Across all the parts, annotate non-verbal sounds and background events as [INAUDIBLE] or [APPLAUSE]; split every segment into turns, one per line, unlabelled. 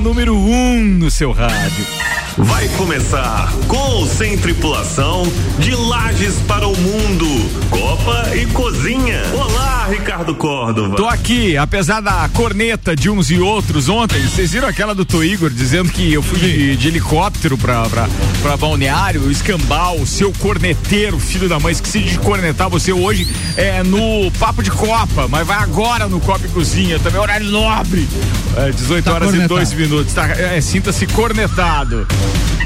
número 1 um no seu rádio.
Vai começar com ou sem tripulação de Lages para o Mundo, Copa e Cozinha. Olá, Ricardo Córdova.
Tô aqui, apesar da corneta de uns e outros ontem, vocês viram aquela do Toigor dizendo que eu fui de, de helicóptero pra, pra, pra Balneário, escambau, seu corneteiro, filho da mãe, esqueci de cornetar você hoje é no Papo de Copa, mas vai agora no Copa e Cozinha, também horário nobre. É, 18 horas
cornetado.
e 2 minutos, tá? É, sinta-se cornetado.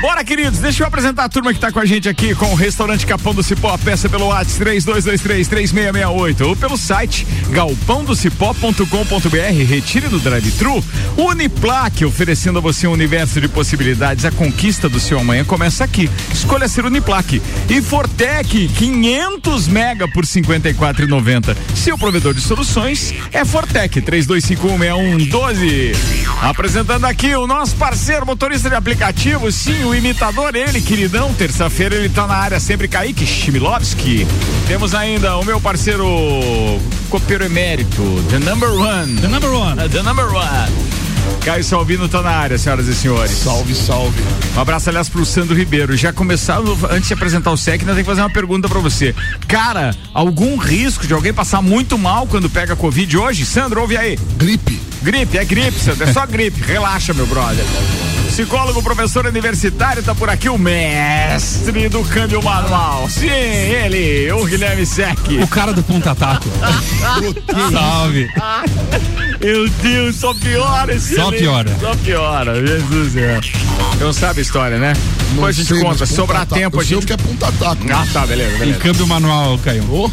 Bora, queridos, deixa eu apresentar a turma que tá com a gente aqui com o Restaurante Capão do Cipó. Peça pelo WhatsApp 32233668 ou pelo site galpãodocipó.com.br. Retire do drive-thru. Uniplaque, oferecendo a você um universo de possibilidades. A conquista do seu amanhã começa aqui. Escolha ser Uniplaque. E Fortec, 500 mega por 54,90. Seu provedor de soluções é Fortec, 32516112. Apresentando aqui o nosso parceiro motorista de aplicativo, sim, o imitador, ele, queridão. Terça-feira ele tá na área sempre Kaique Chmilovski. Temos ainda o meu parceiro copeiro emérito, the number one.
The number one.
The number one. Caio Salvino tá na área, senhoras e senhores.
Salve, salve.
Um abraço, aliás, pro Sandro Ribeiro. Já começaram, antes de apresentar o SEC, nós temos que fazer uma pergunta pra você. Cara, algum risco de alguém passar muito mal quando pega Covid hoje? Sandro, ouve aí.
Gripe.
Gripe, é gripe, Sandro, é só gripe. [LAUGHS] Relaxa, meu brother. Psicólogo, professor universitário, tá por aqui o mestre do câmbio manual. Sim, ele, o Guilherme Sec.
O cara
[LAUGHS]
do ponta-taco. Salve.
Meu Deus, só piora esse
Só
elenco,
piora.
Só piora, Jesus é. Não sabe a história, né? Depois a gente
sei,
conta,
mas
sobrar
ponta-taco.
tempo a
Eu sei o
gente.
que é ponta-taco.
Ah, tá, beleza,
Em
beleza.
câmbio manual, Caio.
Ô,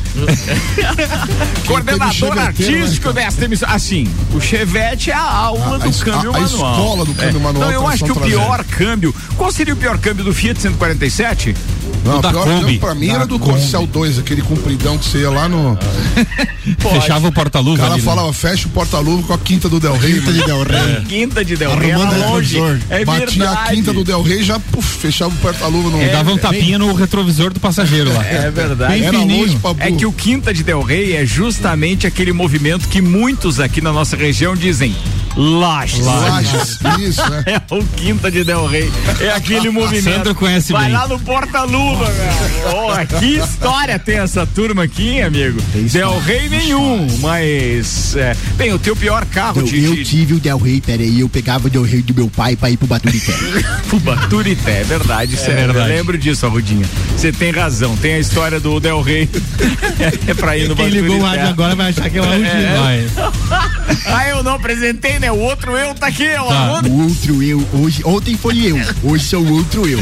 Coordenador
Chevette,
artístico desta emissão. Assim, o Chevette é a aula
A-
do
a es-
câmbio
a- a
manual. É.
escola do câmbio manual tá
Não, eu
que eles
acho que o
estão
pior câmbio. Qual seria o pior câmbio do Fiat 147?
Não,
da
pior
Kombi.
não, pra mim
Da
era do
Kombi.
Corcel 2, aquele compridão que você ia lá no. O
Fechava o porta-luva
cara
ali. né?
falava, fecha o porta-luva com a quinta do Del Rey. Quinta de Del Rey.
Quinta de Del Rey,
Arrumando
era
o
longe. É
Batia
verdade.
a quinta do Del Rey já puf, fechava o porta-luva no.
E
É
dava um tapinha no retrovisor do passageiro lá.
É verdade.
Bem
Era
fininho.
longe pra
É que o Quinta de Del Rey é justamente aquele movimento que muitos aqui na nossa região dizem lajes.
Lages, isso, né?
[LAUGHS] É o Quinta de Del Rey. É aquele movimento.
Sandro conhece
Vai
bem.
lá no porta-luva, velho. Oh, que história tem essa turma aqui, hein, amigo?
É
Del Rey nenhum, mas. é, Bem, o teu pior carro
Eu,
de.
eu
de-
tive o Del Rey, peraí, eu pegava o Del Rey do meu pai pra ir pro Baturité.
Baturité, é verdade, isso é verdade.
verdade.
Eu lembro disso, Arrudinha. Você tem razão. Tem a história do Del Rey. [LAUGHS] é pra ir no
Quem ligou o rádio
Baturité.
agora vai achar que é o Raul Gil. Vai.
Ah, eu não apresentei, né? O outro eu tá aqui, ó.
Tá.
o outro eu, hoje, ontem foi eu, hoje sou o outro eu.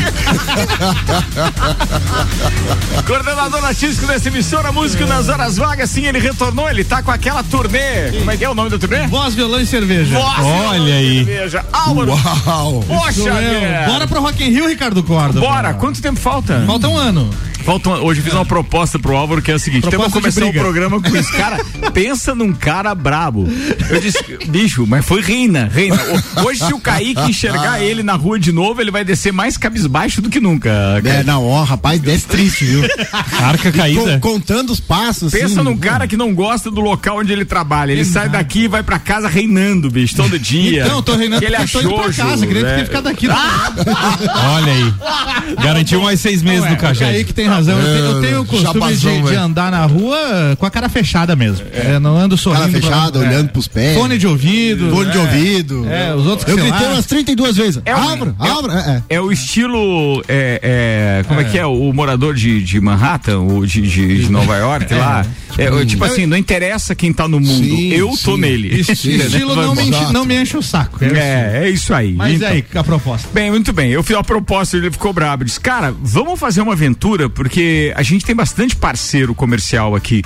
Coordenador artístico dessa emissora, músico nas horas vagas. Sim, ele retornou, ele tá com aquela turnê. Como é que é o nome da turnê?
Voz, violão e cerveja.
Nossa,
Olha aí.
cerveja. Álvaro,
Uau!
Sou
poxa,
eu.
velho.
Bora pro Rock in Rio, Ricardo Corda.
Bora, quanto tempo falta?
Falta um ano.
Falta um- hoje eu fiz uma proposta pro Álvaro que é o seguinte: então
Proposta
vamos
de
começar o
briga.
programa com isso. Cara, pensa num cara brabo. Eu disse, bicho, mas foi Reina, Reina. O- Hoje, se o Kaique enxergar ele na rua de novo, ele vai descer mais cabisbaixo do que nunca. Kaique.
É, não, ó, rapaz, desce triste, viu? Tá
Arca caída.
Co- contando os passos.
Pensa
assim,
num cara que não gosta do local onde ele trabalha. Ele sai daqui e vai pra casa reinando, bicho, todo dia.
Então, eu tô reinando
Aquele
porque eu tô indo pra
achojo,
casa, queria
né?
ter ficado
[LAUGHS]
aqui. Olha aí. Garantiu mais seis meses no
É aí
cajete.
que tem razão. Eu tenho, eu tenho o costume
Jabazão,
de, de
velho.
andar na rua com a cara fechada mesmo. É, não ando
Cara
sorrindo. pra-
fechado, olhando pros pés.
Fone de ouvido.
fone de ouvido.
É, os outros que
eu
sei
gritei
lá.
umas 32 vezes.
É um-
abra,
é um-
abra. É, é.
É o estilo. é, é, como é. que é? O morador de, de Manhattan, ou de, de- de Nova York lá. É, o- tipo assim, não interessa quem tá no mundo.
Sim,
eu tô
sim.
[LAUGHS]
nele.
Estilo não me, enche, não me enche o saco.
[LAUGHS] É, é isso aí.
Mas
Então,
é aí, a proposta.
Bem, muito bem. Eu fiz uma proposta, ele ficou brabo. Disse, cara, vamos fazer uma aventura, porque a gente tem bastante parceiro comercial aqui.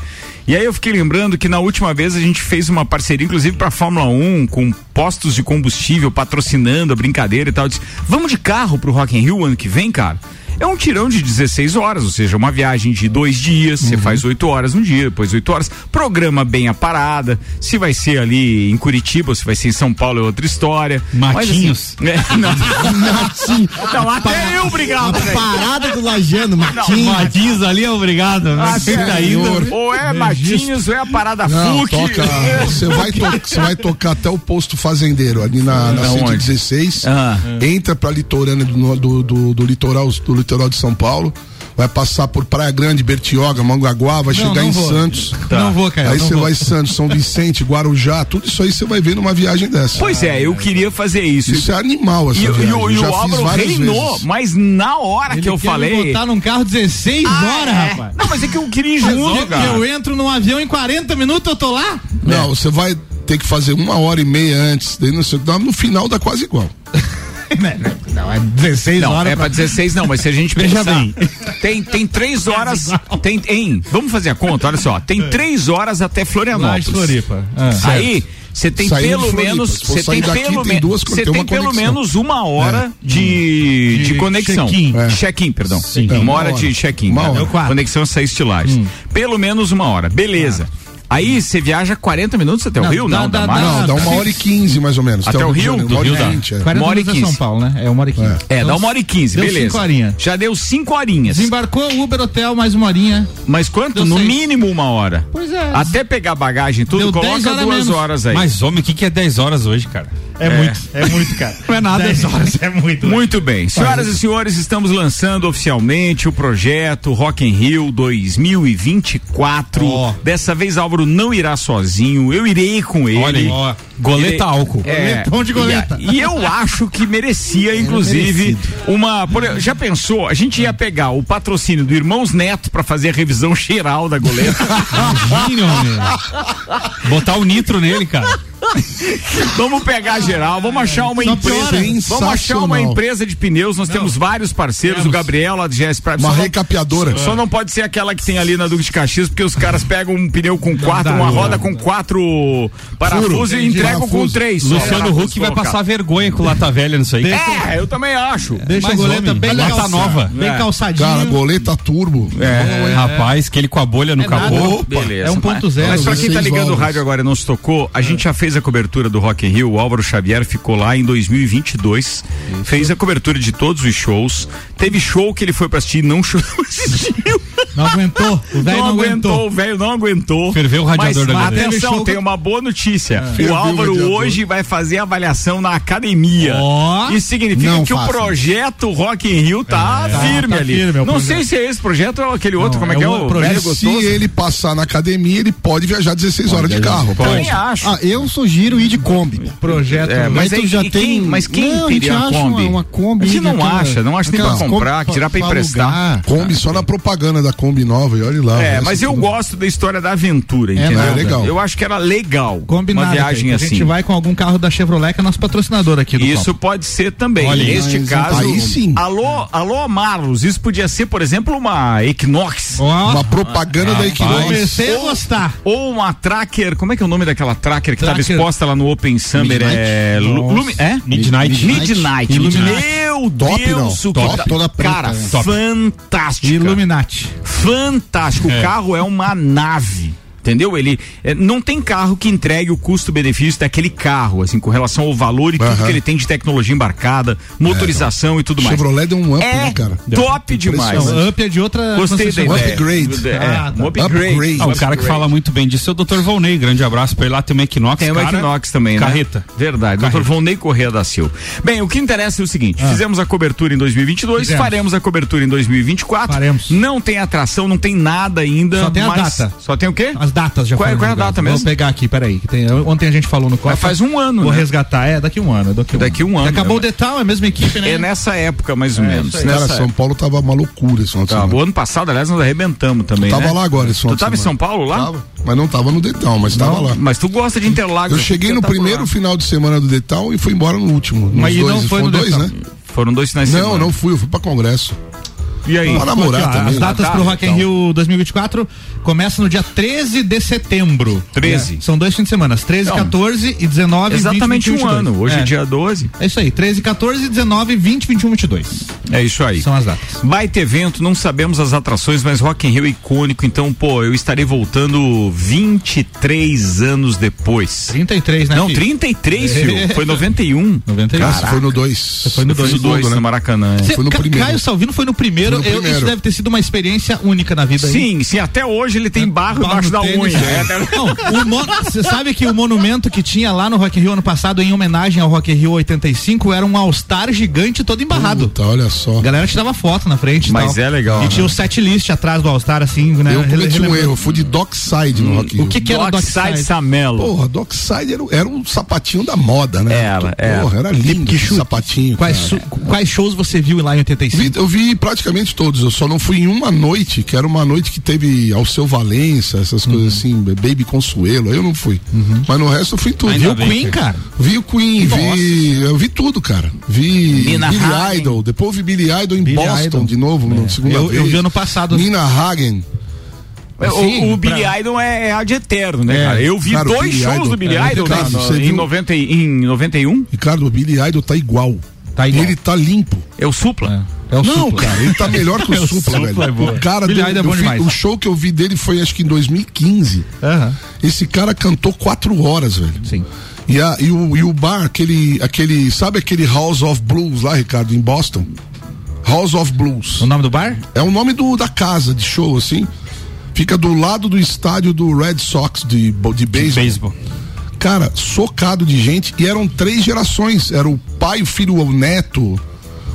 E aí eu fiquei lembrando que na última vez a gente fez uma parceria, inclusive pra Fórmula 1, com postos de combustível patrocinando a brincadeira e tal. Eu Disse, vamos de carro pro Rock in Rio ano que vem, cara? é um tirão de 16 horas, ou seja, uma viagem de dois dias, você faz oito horas um dia, depois oito horas, programa bem a parada, se vai ser ali em Curitiba, ou se vai ser em São Paulo é outra história. Mas, assim,
Matinhos.
[LAUGHS] é, não,
Matinho.
não, Então, até eu brigava,
A
velho.
parada
[LAUGHS]
do Lajano, Matinho.
Matiz ali,
é
obrigado.
né?
Ah,
Fica
cara,
ainda.
Ou é Matinhos, ou é a parada
Não,
FUC.
toca. Você vai, to- você vai tocar até o posto fazendeiro, ali na, na
Da onde?
116.
Ah.
Entra pra litorânea do, no- do, do, do litoral, do litoral de São Paulo. Vai passar por Praia Grande, Bertioga, Mangaguá, vai chegar em Santos.
Tá. Não vou, cara.
aí
É, não
você
vou.
vai em Santos, São Vicente, Guarujá, tudo isso aí você vai ver numa viagem dessa.
Pois é, eu queria fazer isso.
Isso é animal, essa
E, e
viagem.
o, e
Já
o
fiz
Álvaro
várias
reinou,
vezes.
mas na hora
Ele
que eu
quer me
falei.
botar num carro 16 horas,
É.
rapaz.
Não, mas é que eu queria ir junto,
Junto que
cara.
eu entro num avião em 40 minutos, eu tô lá? [LAUGHS]
Não, você vai ter que fazer uma hora e meia antes, daí não sei, o que lá, no final dá quase igual.
Não, é 16
Não,
horas.
é pra 16 não, mas se a gente
Veja
pensar,
bem.
tem tem 3 horas, tem hein, vamos fazer a conta, olha só, tem 3 horas até
Lá de
Florianópolis.
Floripa. Ah.
Aí você tem
Saindo de
pelo
Floripa,
menos,
se for
você
sair
tem
daqui,
pelo
tem
menos,
duas-
você
tem
tem
uma
pelo
conexão.
menos uma hora de, de
De
conexão.
check-in.
É. Check-in, perdão.
É,
Uma
uma
hora de
hora.
check-in.
Uma
né?
hora.
Eu quatro.
Conexão sair estilagem. Pelo menos uma hora. Beleza. Aí você viaja 40 minutos até o
Não,
Rio?
dá-
não, dá,
dá-
mais.
dá-
Não, dá uma
sim.
hora e quinze mais ou menos.
Ah, Até o
de
Rio?
Janeiro,
Do
Uma hora
Rio
e
dá.
vinte, é.
40
Uma hora e
minutos é
15.
São Paulo, né? É uma hora e 15.
É, dá uma hora e 15,
deu
beleza.
cinco horinha.
Já deu 5 horinhas.
Desembarcou, Uber, hotel, mais uma horinha.
Mas quanto?
Deu
no
seis.
mínimo uma hora.
Pois é.
Até pegar bagagem e tudo,
Deu
coloca
dez
duas
horas menos.
horas aí.
Mas, homem, o que, que é 10 horas hoje, cara?
É, muito, é muito, cara.
[LAUGHS]
Não é né? nada.
10 horas é muito.
Muito bem.
é.
Senhoras e senhores, estamos lançando oficialmente o projeto Rock in Rio 2024.
Ó.
Dessa vez Álvaro não irá sozinho, eu irei com ele.
Olha aí.
Irei-
Goleta álcool.
Goletão de goleta.
E, a- e eu acho que merecia, inclusive, uma. por- já pensou? A gente ia pegar o patrocínio do Irmãos Neto pra fazer a revisão geral da goleta.
Imagina,
né?
homem. Botar o nitro nele, cara.
vamos pegar geral, vamos achar uma
Só
empresa.
piora.
Vamos achar uma
é Sensacional.
empresa de pneus. Nós temos vários parceiros, o Gabriel lá do GS Prime.
Uma
Só não-
recapeadora.
Só não pode ser aquela que tem ali na Duque de Caxias, porque os caras pegam um pneu com quatro, uma roda com quatro parafusos e
entendi,
entregam com
parafuso.
três. só
Luciano
parafuso
Huck vai
colocar.
passar vergonha com lata velha nisso aí.
É, eu também acho.
Deixa
Mas
o goleta
homem,
bem
lata
calça-
nova.
Bem
É.
calçadinho.
Cara, goleta turbo.
É, Rapaz, que ele com a bolha no
É nada.
caboclo.
Beleza.
É 1.0,
Mas, mas pra quem tá
16
ligando o
válvulas.
rádio agora e não se tocou, a gente já fez a cobertura do Rock in Rio, o Álvaro Xavier ficou lá em 2022, fez a cobertura de todos os shows, teve show que ele foi pra assistir e não, [LAUGHS] show, não assistiu.
Não aguentou. O velho não aguentou.
o velho não aguentou.
Ferveu o radiador
Mas,
da
mas
galera.
atenção,
Ferveu o
tem uma boa notícia. O
Ferveu o
Álvaro
radiador.
hoje vai fazer avaliação na academia.
Ó.
Isso significa
Não
que o
façam.
projeto Rock in Rio tá firme
tá
ali.
firme, é o
não
projeto.
sei se é esse projeto ou aquele outro, como é,
é
que é
o
o...
projeto.
Mas
Velho
se
Gostoso?
ele passar na academia, ele pode viajar 16 horas de carro. Então,
Também acho.
Ah, eu sugiro ir de Kombi.
Projeto.
É, mas
Mas
aí,
tu já
e
tem.
quem- mas quem
não, a gente
teria uma
acha
Kombi?
Uma, uma Kombi
A gente não
daquela-
acha, não acha nem pra
aquelas
comprar,
Kombi
tirar pra emprestar.
alugar.
Kombi só na propaganda da Kombi nova, e olha lá.
É,
Essa
mas eu
tudo.
gosto da história da aventura, entendeu?
né? Legal.
Eu acho que era legal
Combinado.
uma viagem
cara.
assim.
A gente vai com algum carro da Chevrolet, que é nosso patrocinador aqui do
Isso pode ser também.
Olha aí.
Neste
Mas,
caso,
aí sim.
alô, alô Marlos, isso podia ser, por exemplo, uma Equinox
Ó,
Uma propaganda da Equinox.
comecei a gostar.
ou uma Tracker, como é que é o nome daquela Tracker que estava
Tracker.
exposta lá no Open Summer? É,
Midnight?
Lu- Lumi- é?
Midnight.
Midnight.
Illuminati.
Meu
Top,
Deus,
não.
o que
Top,
tá-
toda preta,
cara,
né?
Top.
fantástica.
Illuminati.
fantástico. O carro é uma nave. Entendeu? Ele eh, não tem carro que entregue o custo-benefício daquele carro, assim, com relação ao valor e tudo
Aham.
que ele tem de tecnologia embarcada, motorização e tudo mais.
Chevrolet deu um up,
É
né, cara?
top demais.
Impressionante.
Up é de outra.
Gostei da
concessionária.
ideia.
Upgrade.
É,
Ah, tá.
um upgrade.
Upgrade.
Ah, o cara que fala muito bem disso é o Dr. Volney. Grande abraço pra ele lá. Tem uma Equinox,
Tem o
cara.
Equinox também, né?
Carreta.
Verdade. Dr. Volney Correia da Silva. Bem, o que interessa é o seguinte: fizemos a cobertura em 2022,
Fizemos.
faremos a cobertura em 2024.
Faremos.
Não tem atração, não tem nada ainda.
Só tem a
mas-
data.
Só tem o quê?
As datas já
Qual é-
foram
qual é a
divulgadas.
data mesmo?
Vou pegar aqui, peraí. que tem- ontem a gente falou no Copa.
Mas faz um ano,
Vou
né?
resgatar, é, daqui um ano. Daqui um
Daqui
ano.
um ano.
Acabou o detalhe, é a mesma equipe, né?
É nessa época, mais ou menos.
Cara,
Nessa
São Paulo tava uma loucura esse final de
Tá,
semana.
o ano passado, aliás, nós arrebentamos também.
Tava
né?
lá agora esse final
Tu
de
tava em
semana.
São Paulo lá?
Tava, mas não tava no Detal, mas tava lá.
Mas tu gosta de Interlagos.
Eu
né?
cheguei
Você
no
tava
primeiro
lá.
final de semana do Detal e fui embora no último. Nos
Mas e
dois,
não
e
foi
foram
no
dois,
Detal?
né?
Foram dois finais de
Não,
semana.
não fui, eu fui pra congresso.
E aí?
Pra namorar
Aqui, ó,
também.
As datas
Ah, tá,
pro Rock in
então.
Rio 2024 começam no dia 13 de setembro.
13.
É, são dois fins de semana, 13,
Não.
14 e 19 e 20,
Exatamente
21,
um ano. Hoje é.
é.
dia 12.
É isso aí, 13, 14, 19, 20, 21, 22.
É isso aí.
São as datas.
Vai ter evento, não sabemos as atrações, mas Rock in Rio é icônico, então, pô, eu estarei voltando 23 anos depois.
33, né?
Não,
filho?
33, filho. Foi 91.
91.
Cara, foi no 2.
foi no dois.
Foi dois, no Maracanã. é.
Cê-
foi no
Ca-
primeiro.
Caio Salvino foi no primeiro.
Foi no
eu-
primeiro.
isso deve ter sido uma experiência única na vida. aí.
Sim, sim, até hoje ele tem barro
Barro
embaixo
no
da
tênis,
unha.
é.
É, até-
Não, o mon- Você sabe que o monumento que tinha lá no Rock in Rio ano passado, em homenagem ao Rock in Rio 85, era um All-Star gigante todo embarrado.
Puta, né? Tá, olha só.
A galera tirava foto na frente. e
Mas
tal.
é legal,
E
né?
tinha o set list atrás do All-Star, assim, né?
Eu
Rele-
cometi um
relevando.
erro, eu fui de Dockside no Rock in
O que
Rio.
que era
Dockside
Dockside?
Samelo.
Porra, Dockside era, era um sapatinho da moda, né?
Era, era.
Porra, era lindo
Que
esse
chute.
sapatinho.
Quais,
cara.
su- quais shows você viu lá em 85?
Vi- eu vi praticamente todos, eu só não fui em uma noite, que era uma noite que teve Alceu Valença, essas
Uhum.
coisas assim, Baby Consuelo, aí eu não fui. Mas no resto eu fui em tudo.
Viu o Queen, cara?
Vi o Queen, vi. Eu vi tudo, cara. Vi
Nina
Billy
Hagen.
Idol, depois vi Billy Idol em
Billie
Boston
Idol. É.
de novo, no segunda
Eu- eu
vez.
vi ano passado.
Nina Hagen.
É, o-
Sim,
o, Billy
pra-
Idol é, é a de eterno, né,
É,
cara? Eu vi
cara, o
dois
Billy
shows
Idol-
do Billy
é,
Idol
cara,
né, no-
você
em,
viu-
90, e- um? em 91.
Ricardo, o Billy Idol tá igual.
Tá
Ele tá limpo.
É o Supla.
É o
Não,
Supla.
cara, ele tá melhor que o
O
Supla,
Supla
velho.
[LAUGHS] é bom.
o cara
Billy
dele-
Idol é
eu
bom
vi-
demais.
O show que eu vi dele foi acho que em 2015.
Aham.
Esse cara cantou quatro horas, velho.
Sim.
E, a- e o, e o bar, aquele, aquele. Sabe aquele House of Blues lá, Ricardo, em Boston? House of Blues.
O nome do bar?
É o nome do, da casa de show, assim. Fica do lado do estádio do Red Sox de, bo- de beisebol. Cara, socado de gente. E eram três gerações. Era o pai, o filho, o neto.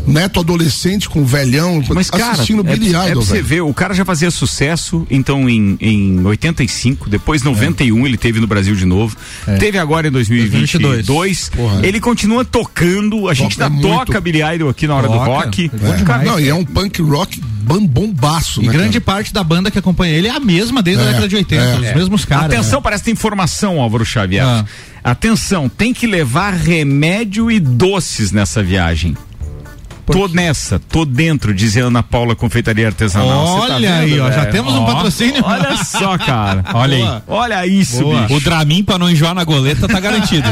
Neto adolescente com o velhão.
Mas, cara,
assistindo
é,
Billy
é pra
Idol,
você
velho.
ver, o cara já fazia sucesso, então em, em 85, depois 91 ele teve no Brasil de novo, teve agora em 2022.
2022.
Porra.
Ele continua tocando, a gente
Toca
ainda
muito.
toca Billy Idol aqui na hora do
Toca.
rock.
É.
Pô, cara,
É. Não, e é um punk rock bam- bombaço,
E
né?
grande
cara?
parte da banda que acompanha ele é a mesma desde
É,
a década de 80.
é.
Os mesmos caras. né?
Atenção para esta informação, Álvaro Xavier.
Ah.
Atenção, tem que levar remédio e doces nessa viagem. Tô nessa, tô dentro, diz a Ana Paula Confeitaria Artesanal. Cê tá
Olha aí,
vendo,
ó, já
velho?
temos um
Ó,
patrocínio.
Olha só, cara.
Olha aí.
Boa. Olha isso,
Boa.
bicho.
O Dramin pra não enjoar na goleta tá garantido.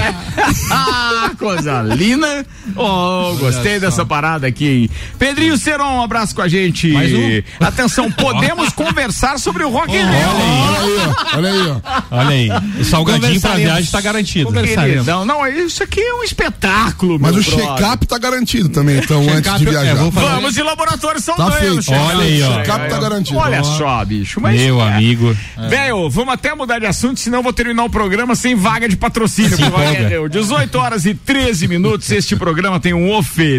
Ah, coisa linda. Oh, gostei dessa parada aqui, hein? Pedrinho Seron, um abraço com a gente.
Mais um?
[LAUGHS]
Atenção, podemos conversar sobre o Rock in Rio.
Olha aí, ó.
Olha aí. O salgadinho Um pra viagem tá garantido.
Queridão, não, isso aqui é um espetáculo,
Mas
meu
o
brother.
check-up tá garantido também, então, antes de
eu- é,
viajar.
vou fazer-
Vamos de laboratório São
Tá
Daniel,
feito.
chefe.
Olha aí, ó.
Check-up tá garantido.
Olha só, bicho. Mas
Meu
é.
amigo.
Velho, vamos até mudar de assunto, senão eu vou terminar o programa sem vaga de patrocínio.
Se
pro Rock in
empolga.
Rio. 18 horas e 13 minutos. Este programa tem um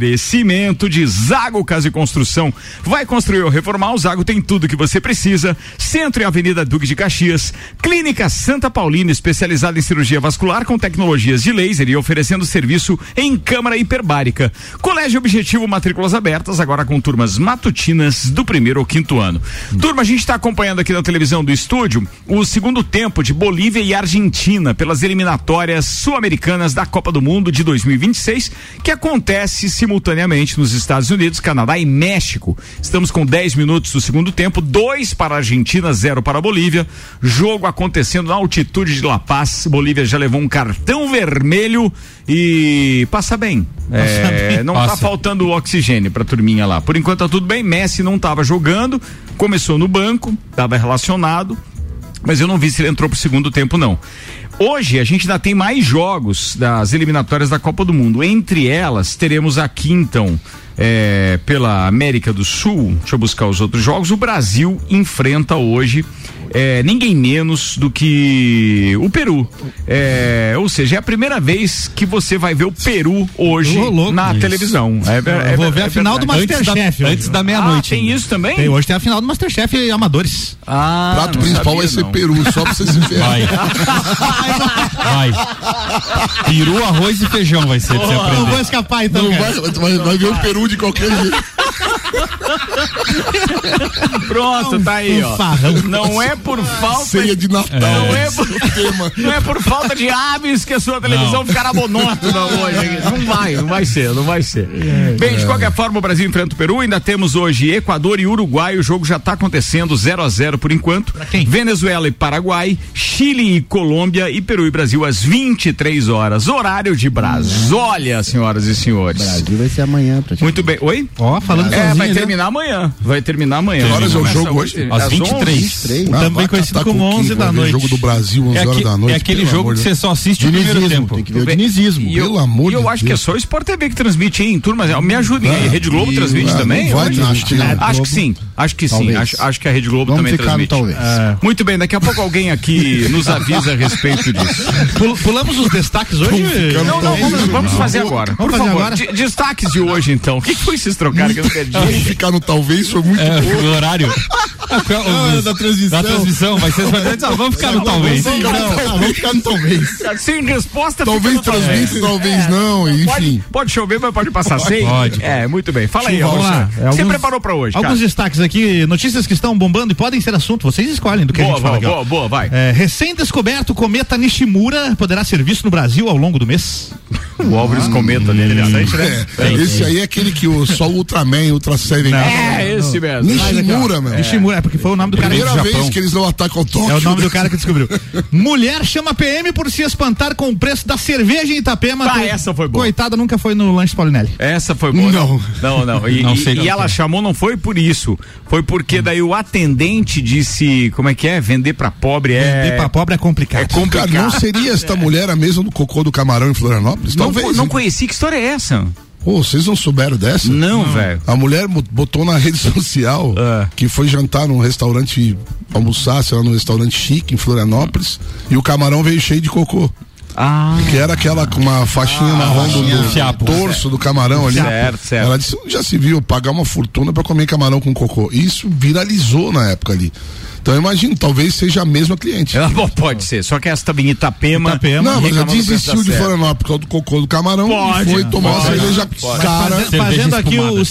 oferecimento de Zago Casa e Construção. Vai construir ou reformar? O Zago tem tudo que você precisa. Centro e Avenida Duque de Caxias. Clínica Santa Paulina, especializada em cirurgia vascular com tecnologias de laser e oferecendo serviço em câmara hiperbárica. Colégio Objetivo Matrículas Abertas, agora com turmas matutinas do primeiro ao quinto ano. Turma, a gente está acompanhando aqui na televisão do estúdio o segundo tempo de Bolívia e Argentina pelas eliminatórias sul-americanas da Copa do Mundo de 2026, que acontece simultaneamente nos Estados Unidos, Canadá e México. Estamos com 10 minutos do segundo tempo, 2 para a Argentina, 0 para a Bolívia. Jogo acontecendo na altitude de La Paz. Bolívia já levou um cartão vermelho e passa bem. É, não tá
Passa.
faltando oxigênio pra turminha lá. Por enquanto tá tudo bem. Messi não tava jogando, começou no banco, tava relacionado, mas eu não vi se ele entrou pro segundo tempo, não. Hoje a gente ainda tem mais jogos das eliminatórias da Copa do Mundo. Entre elas, teremos aqui então, é, pela América do Sul, deixa eu buscar os outros jogos. O Brasil enfrenta hoje é, ninguém menos do que o Peru. É, ou seja, é a primeira vez que você vai ver o Peru hoje
Ô, louco,
na
isso.
televisão. É ver- é
Eu vou
ver-
ver
é
a final do
verdade.
Antes da,
Masterchef. hoje.
antes da meia-noite.
Ah, tem
ainda.
isso também?
Tem, hoje tem a final do Masterchef Amadores.
Ah,
prato
não
principal vai
sabia,
ser
não.
peru, só pra você se ver.
Vai. Vai. Peru, arroz e feijão vai ser pra você
Não vou
aprender.
escapar então.
Não
cara.
vai, vai, vai ver o peru de qualquer jeito.
Pronto, tá aí, ó.
fanfarrão.
Não é [LAUGHS] por falta
Ceia
de.
de Natal.
Não é, por, [LAUGHS]
Tema.
não é por falta de aves que a sua televisão ficará monótona hoje. Não vai, não vai ser, não vai ser. É. Bem, de qualquer forma, o Brasil enfrenta o Peru. Ainda temos hoje Equador e Uruguai. O jogo já tá acontecendo 0 a 0 por enquanto.
quem?
Venezuela e Paraguai, Chile e Colômbia e Peru e Brasil às 23 horas, horário de Hum. Brasília, senhoras e senhores.
Brasil vai ser amanhã, praticamente.
Muito bem. Oi?
Ó, falando
É, vai
sozinho, né?
terminar amanhã. Vai terminar amanhã.
Que horas é o
Começa
jogo hoje?
ontem,
Às
11.
23.
Três.
Ah,
Também
vai
conhecido
catar
como
com o
11
Kim,
da
vai ver
noite.
jogo do Brasil, 11
É,
horas
aque-
da noite.
é aquele
pelo
jogo
amor
que
de
você
Deus.
só assiste o primeiro tempo.
Dinizismo, tem que ver o dinizismo.
E eu,
Pelo amor
e eu
de
acho que é
Deus.
só o Sport TV que transmite, hein, turma? É, Me ajudem aí. Rede Globo transmite
Ah,
também?
não vai
hoje?
transmitir, não.
Acho que sim, acho que sim.
Talvez.
Acho, acho que a Rede Globo
Vamos
também
ficar no
transmite.
talvez.
É. Muito bem, daqui a pouco alguém aqui nos avisa a respeito disso.
Pul- Pulamos os destaques hoje?
Não, não,
Talvez,
vamos, vamos fazer agora. Por
Vamos fazer
favor,
agora?
de- destaques de hoje então. O que que foi esses trocaram que eu perdi?
[LAUGHS] Vamos ficar no talvez, foi muito
É,
bom.
o horário. Ah, qual- os-
da transmissão.
Da transmissão, vai ser. Ah, vamos ficar no talvez.
Não,
Ah,
não, vamos ficar no talvez.
Sem resposta, fica
Talvez
no talvez.
transmite, talvez não, enfim.
É. Pode, pode chover, mas pode passar sem?
Pode.
É, muito bem. Fala aí,
Chuva, vamos
Alexandre.
lá. É,
Você
alguns-
preparou pra hoje, cara?
Alguns destaques aqui, notícias que estão bombando e podem ser assunto, vocês escolhem do que a
Boa,
gente fala
boa,
aqui. ó.
boa, boa, vai.
É, recém-descoberto cometa Nishimura poderá ser visto no Brasil ao longo do mês.
O Álvares comenta né? Interessante, né?
É, esse aí é aquele que o, só o Ultraman e Ultra Seven.
É, esse mesmo.
Nishimura, meu.
Nishimura, é porque foi o nome do cara que
Primeira vez
descobriu.
que eles não atacam o Tóquio. né?
É o nome do cara que descobriu. Mulher chama PM por se espantar com o preço da cerveja em Itapema.
Tá,
Ah,
Coi-
essa foi boa.
Coitada, nunca foi no lanche Paulinelli.
Essa foi boa.
Não.
Não, não. Hum. E,
Não
e-
sei não,
e ela
cara.
chamou não foi por isso. Foi porque daí o atendente disse, como é que é? Vender pra pobre é
Vender pra pobre é complicado.
é complicado. É.
Cara, não seria esta mulher a mesma do cocô do camarão em Florianópolis?
Não
Talvez.
co- não
hein?
conheci, que história é essa?
Pô, vocês não souberam dessa?
Não, velho.
A mulher mo- botou na [LAUGHS] rede social
É.
que foi jantar num restaurante, almoçar, sei lá, num restaurante chique em Florianópolis, e o camarão veio cheio de cocô.
Ah.
Que era aquela com uma faixinha na ronda do,
fiapo.
torso do camarão ali.
Certo, certo.
Ela disse, já se viu pagar uma fortuna pra comer camarão com cocô. Isso viralizou na época ali. Então eu imagino, talvez seja a mesma cliente.
Ela, [LAUGHS] bom, pode ser, só que essa também em Itapema.
Itapema.
Não, mas ela
reclamando do preço
desistiu
da
de
cerveja.
Florianópolis por causa do cocô do camarão
Pode,
e foi tomar uma
pode,
cerveja cara.
Faze-
cerveja
fazendo aqui o,
esfumada.
o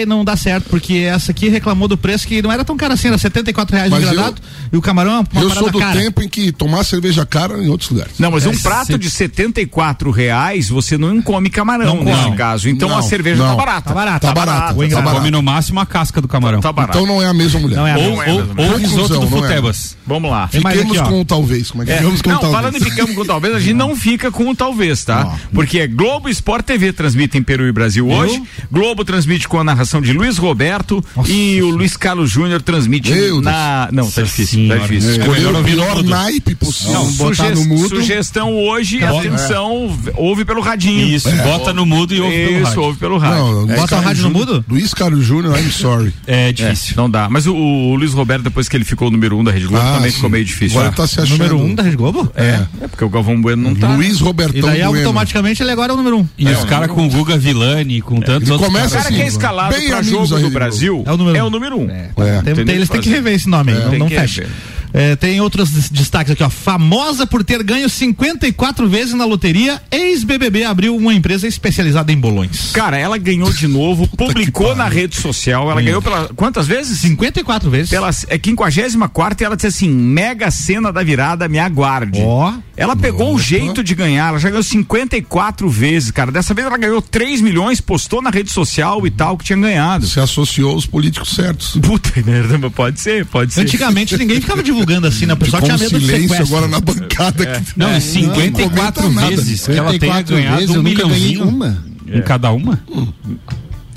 CSI não dá certo, porque essa aqui reclamou do preço que não era tão caro assim, era R$ 74 reais o
Mas eu-
granado e o camarão é uma, uma
Eu
parada
sou do
cara.
tempo em que tomar cerveja cara em outros lugares.
Não, mas um prato de 74 reais você não come camarão
Não
nesse
come.
caso. Então
Não,
a cerveja tá
não.
barata.
Tá barata.
Tá
Tá barata, tá
barata.
barata.
Come no máximo a casca do camarão.
Tá barata.
Então não é a mesma mulher.
Não é a
Ou,
mesma.
é,
ou,
não
ou risoto
Conclusão,
do
não é.
Futebas.
Vamos lá.
Tem mais
Ficamos
aqui, ó.
com o talvez. Como é que é? Ficamos com
não,
o talvez.
falando em ficamos com talvez, a gente não fica com o talvez, tá? Porque é Globo e Sport TV transmitem Peru e Brasil hoje. Globo transmite com a narração de Luiz Roberto e o Luiz Carlos Júnior transmite
Meu
na. Não, tá difícil, tá difícil.
É, Escolher
melhor
o
ouvir
pior
todos.
naipe possível.
Não,
botar
suges-
no mudo.
sugestão hoje,
Tá bom.
atenção, ouve pelo radinho. É.
Isso, bota no mudo e ouve pelo
Isso,
rádio.
ouve pelo Ah, rádio.
Não, Luiz
Bota a
Carlos
rádio no
Júnior-
mudo?
Luiz Carlos Júnior, I'm sorry.
É
É,
difícil.
não dá. Mas o, o Luiz Roberto, depois que ele ficou o número um da Rede Globo,
Ah,
também
sim.
ficou meio difícil.
Agora
né?
tá se achando.
Número 1 um da Rede Globo?
é. é, porque o Galvão Bueno não tá. né?
Luiz
E
Robertão
daí é
Bueno.
automaticamente ele agora é o número 1. Um.
E os caras com o Guga Villani, com tantos
Ele
outros
começa
caras.
cara que é
assim,
escalado
bem
pra
amigos
jogo
da
do
Rede
Brasil
É o número um.
um.
É.
Tem-
Tem
tem-
o
eles
que
têm que
fazer.
rever esse nome, aí, não,
Tem
não
que
fecha.
rever.
É, tem outros des- destaques aqui, ó. Famosa por ter ganho 54 vezes na loteria, ex-BBB abriu uma empresa especializada em bolões.
Cara, ela ganhou de novo, publicou na rede social, ela ganhou pela quantas vezes?
54 vezes.
Pela é 54 e ela disse assim: "Mega cena da virada, me aguarde".
Ó.
Ela pegou o jeito de ganhar, ela já ganhou 54 vezes, cara. Dessa vez ela ganhou 3 milhões, postou na rede social e tal que tinha ganhado.
Se associou aos políticos certos.
Puta merda, mas pode ser, pode ser.
Antigamente ninguém ficava divulgando assim, né? O pessoal
Com
tinha medo de
silêncio
sequestro.
agora na bancada. que-
Não, e 54
comenta nada.
vezes que ela tenha
54
ganhado
vezes,
um
eu nunca ganhei
milhãozinho.
uma.
Em cada uma?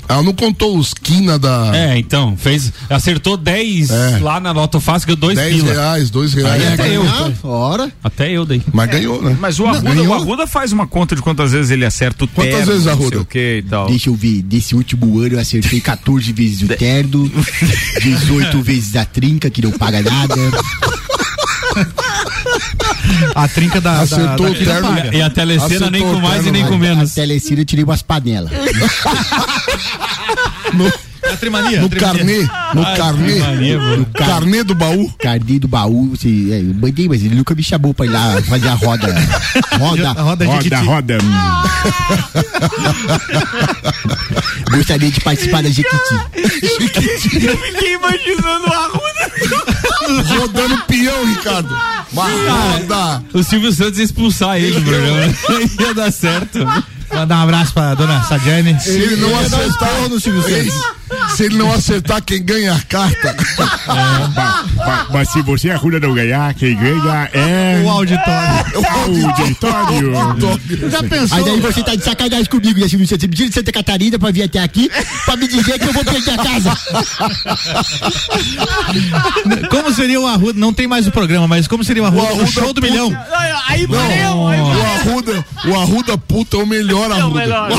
Ela não contou os quina da
É, então, fez, acertou 10
Ah. É.
lá na Loto Fácil, ganhou 2
10
pila.
reais, 2 reais.
Aí até eu.
Ora,
Até eu dei.
Mas ganhou, né?
Mas o Arruda, o Arruda faz uma conta de quantas vezes ele acerta o
Quantas
terno,
vezes,
não sei
Arruda?
o que e tal.
deixa eu ver. Desse último ano eu acertei 14 vezes o terno, 18 vezes a trinca, que não paga nada.
A trinca da. da-
Acertou
da-
o terno.
paga.
E a telecena
Acertou
nem com
o
mais e
terno,
nem
vai.
com
A
menos.
telecina eu tirei umas panelas.
A trimania.
No
a trimania.
carnê, no carnê,
Maria,
no carnê do baú.
Carnê do baú, você, é, eu mandei, mas ele nunca me chamou pra ir lá fazer a [LAUGHS] roda. Roda,
A roda de
Roda, roda.
Ah,
[LAUGHS] gostaria de participar da Jequiti.
Eu fiquei imaginando a Ruda.
Rodando peão, Ricardo. Uma roda.
O Silvio Santos ia expulsar ele do programa. [LAUGHS] Não ia dar certo.
Mandar um abraço pra dona Sadiane.
Se ele não acertar, no Silvio [LAUGHS] Se ele não acertar, quem ganha a [LAUGHS] carta.
Mas se você a Ruda não ganhar, quem ganha é
O auditório.
o
[LAUGHS]
auditório.
Já pensou?
Aí daí você tá de sacanagem comigo, né, Silvio Santos? Você me tira de Santa Catarina pra vir até aqui pra me dizer que eu vou perder a casa.
[LAUGHS]
Como seria o Arruda? Não tem mais o programa, mas como seria o Arruda? O,
Arruda
show do
puta.
milhão.
Aí valeu, aí
O
valeu.
Arruda, o Arruda puta é o melhor
É o
Arruda. [LAUGHS]
melhor.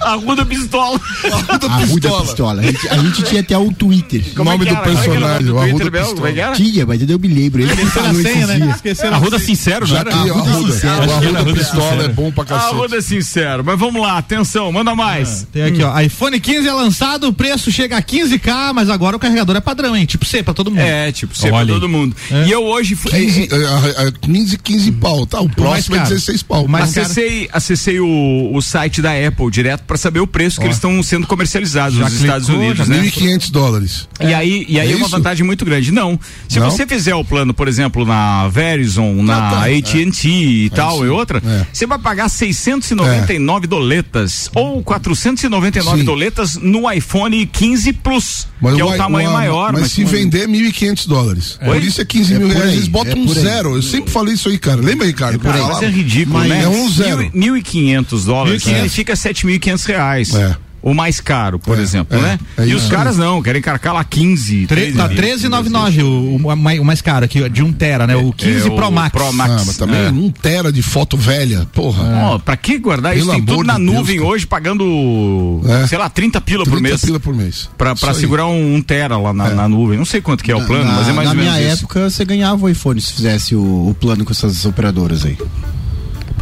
Arruda pistola.
A Ruda é Pistola. A gente, a gente tinha até um Twitter.
O é nome do
era? Como é que era o
personagem, o Arruda
Como é que
Pistola.
era?
Tinha, mas eu não me lembro. Ele me
Esqueceram a
falou
senha,
esses
né?
dias.
Esqueceram
A
a
Ruda
senha.
Sincero, já
Já
era.
que o Arruda, é o Arruda Pistola é bom pra
A
cacete.
Ruda é sincero, mas vamos lá, atenção, manda mais.
Tem aqui, ó. iPhone 15 é lançado, o preço chega a 15k, mas agora o carregador é padrão, hein? Tipo C pra todo mundo.
É, tipo, sempre
Olha aí.
todo mundo. E eu hoje fui.
15, eh, eh, 15, 15 pau, tá? O próximo é
caro.
16 pau.
O mais caro.
Acessei, acessei o, o site da Apple direto para saber o preço que eles estão sendo comercializados nos
clicou,
Estados Unidos, né?
1.500 dólares.
E aí, e aí
É
é uma
isso?
vantagem muito grande. Não. Se
Não?
você fizer o plano, por exemplo, na Verizon, na
Ah, tá.
AT&T e tal,
isso.
e outra,
É.
você vai pagar 699 doletas ou 499
Sim.
doletas no iPhone 15 Plus, que é
i-
o tamanho
a-
maior.
Mas, se
com-
vender, é 1.500 dólares. Por isso é 15 mil
por
reais.
aí,
Eles botam
é
um
por aí.
zero. Eu sempre falei isso aí, cara. Lembra, Ricardo?
Cara,
Eu
mas
falava-
é ridículo,
Mas
né?
é um zero.
Mil- 1.500 dólares né?
1.500.
significa 7.500 reais.
É.
O mais caro, por
É,
exemplo,
é,
né?
é
e
isso
os
aí.
caras não, querem carcar lá 15.
Tre- Tá 13,99 o, o mai- o mais caro aqui, ó, de 1 tera, né? O 15
É, o
Pro Max.
Pro Max.
Ah, mas também
É.
um tera de foto velha. Porra.
Ó, pra que guardar
Pelo
isso? Tem tudo
amor
na
de Deus,
nuvem
cara.
hoje, pagando,
É.
sei lá, 30 pila
30
por mês.
pila por mês.
Pra, pra
Isso aí.
segurar um, um tera lá na, na nuvem. Não sei quanto que é o plano, mas é mais
na
ou menos
minha
isso.
época, você ganhava o iPhone se fizesse o, o plano com essas operadoras aí.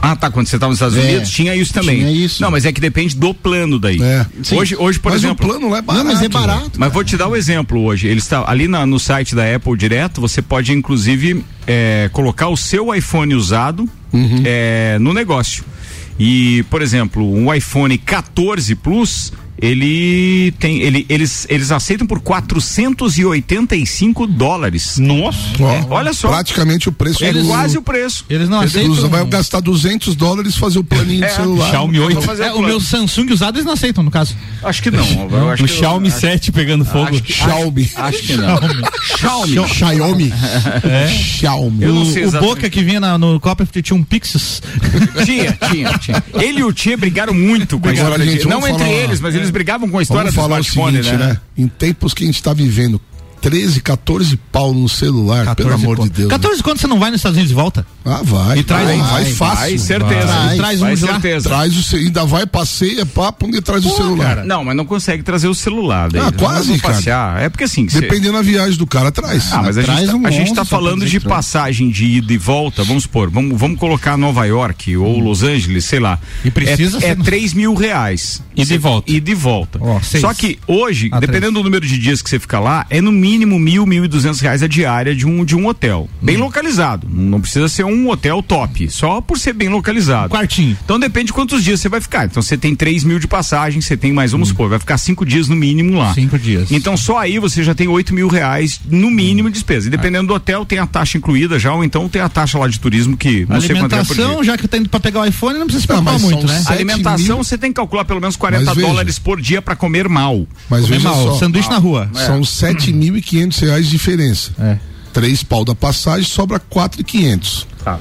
Ah, tá. Quando você tava nos Estados
É,
Unidos, tinha isso também.
tinha isso.
Não, mas é que depende do plano daí.
É. Sim.
Hoje, hoje, por
mas
exemplo.
o plano lá é barato.
Não, mas é
né?
barato.
Mas vou te dar um exemplo hoje. Ele está ali na- no site da Apple direto. Você pode inclusive é, colocar o seu iPhone usado é, no negócio. E por exemplo, um iPhone 14 Plus ele tem ele, eles eles aceitam por 485 dólares. Nossa!
Ó,
Olha só,
Praticamente o preço
é
do-
quase né? o preço.
Eles não
Eles
aceitam.
usam- vai gastar 200 dólares fazer o planinho
É.
de celular.
Xiaomi
Vou
8.
fazer
É, o
plano.
meu Samsung usado eles não aceitam, no caso.
Acho que não. eu acho
O
que-
Xiaomi 7 pegando fogo.
acho que-
Xiaomi.
Acho que não. Xiaomi. É.
Xiaomi. Xiaomi.
Eu não
O,
sei
o
exatamente.
Boca que vinha na- no Copa tinha um Pixels.
Tinha, tinha, tinha. Ele e o Tia brigaram muito com a
Agora,
história.
gente,
de- Não
vamos
entre
falar- é.
eles, mas eles brigavam com a história
Vamos falar
do
o
smartphone,
seguinte,
né?
né? Em tempos que a gente tá vivendo, 13, 14 pau no celular, pelo amor de
conto.
né?
Deus. né?
14 quando você não vai nos Estados Unidos e volta?
Ah, vai.
E traz
vai,
um-
vai,
vai,
fácil.
Vai, certeza.
Vai. Traz um
Vai,
de lá.
certeza.
Traz o ce- ainda vai, passeia, papo e traz o celular.
Não, mas não consegue trazer o celular. Daí.
Ah,
Eles
quase,
vão
cara.
passear. É porque assim. que cê-
Dependendo da viagem do cara, traz.
Ah, mas a gente,
Traz
tá,
um
a gente tá
11 só
falando de
pra dizer que traz.
passagem de ida e volta, vamos supor, vamos, vamos colocar Nova York ou Los Angeles, sei lá.
E
É,
precisa
é
ser no-
3 mil reais.
Ida e
Cê-
volta.
Ida e volta.
Ó, seis.
Só que hoje,
Ah,
dependendo do número de dias que você ficar lá, é no mínimo mil, mil e duzentos reais a diária de um, de um hotel. Bem localizado. Não precisa ser um hotel top, só por ser bem localizado.
Quartinho.
Então depende de quantos dias você vai ficar. Então você tem 3 mil de passagem, você tem mais, vamos supor, vai ficar cinco dias no mínimo lá.
Cinco dias.
Então só aí você já tem 8 mil reais no mínimo de despesa. E dependendo
É.
do hotel, tem a taxa incluída já, ou então tem a taxa lá de turismo que não sei quanto é por dia.
Alimentação, já que tá indo pra pegar o iPhone, não precisa se
Não,
preocupar
mas são
muito, né?
sete
Alimentação
mil.
você tem que calcular pelo menos 40
Mas veja.
dólares por dia pra comer mal.
Mas
Comer
veja
mal,
só,
sanduíche na rua.
É. um-
são 7.500 reais de diferença. Três pau da passagem, sobra 4.500.
Tá.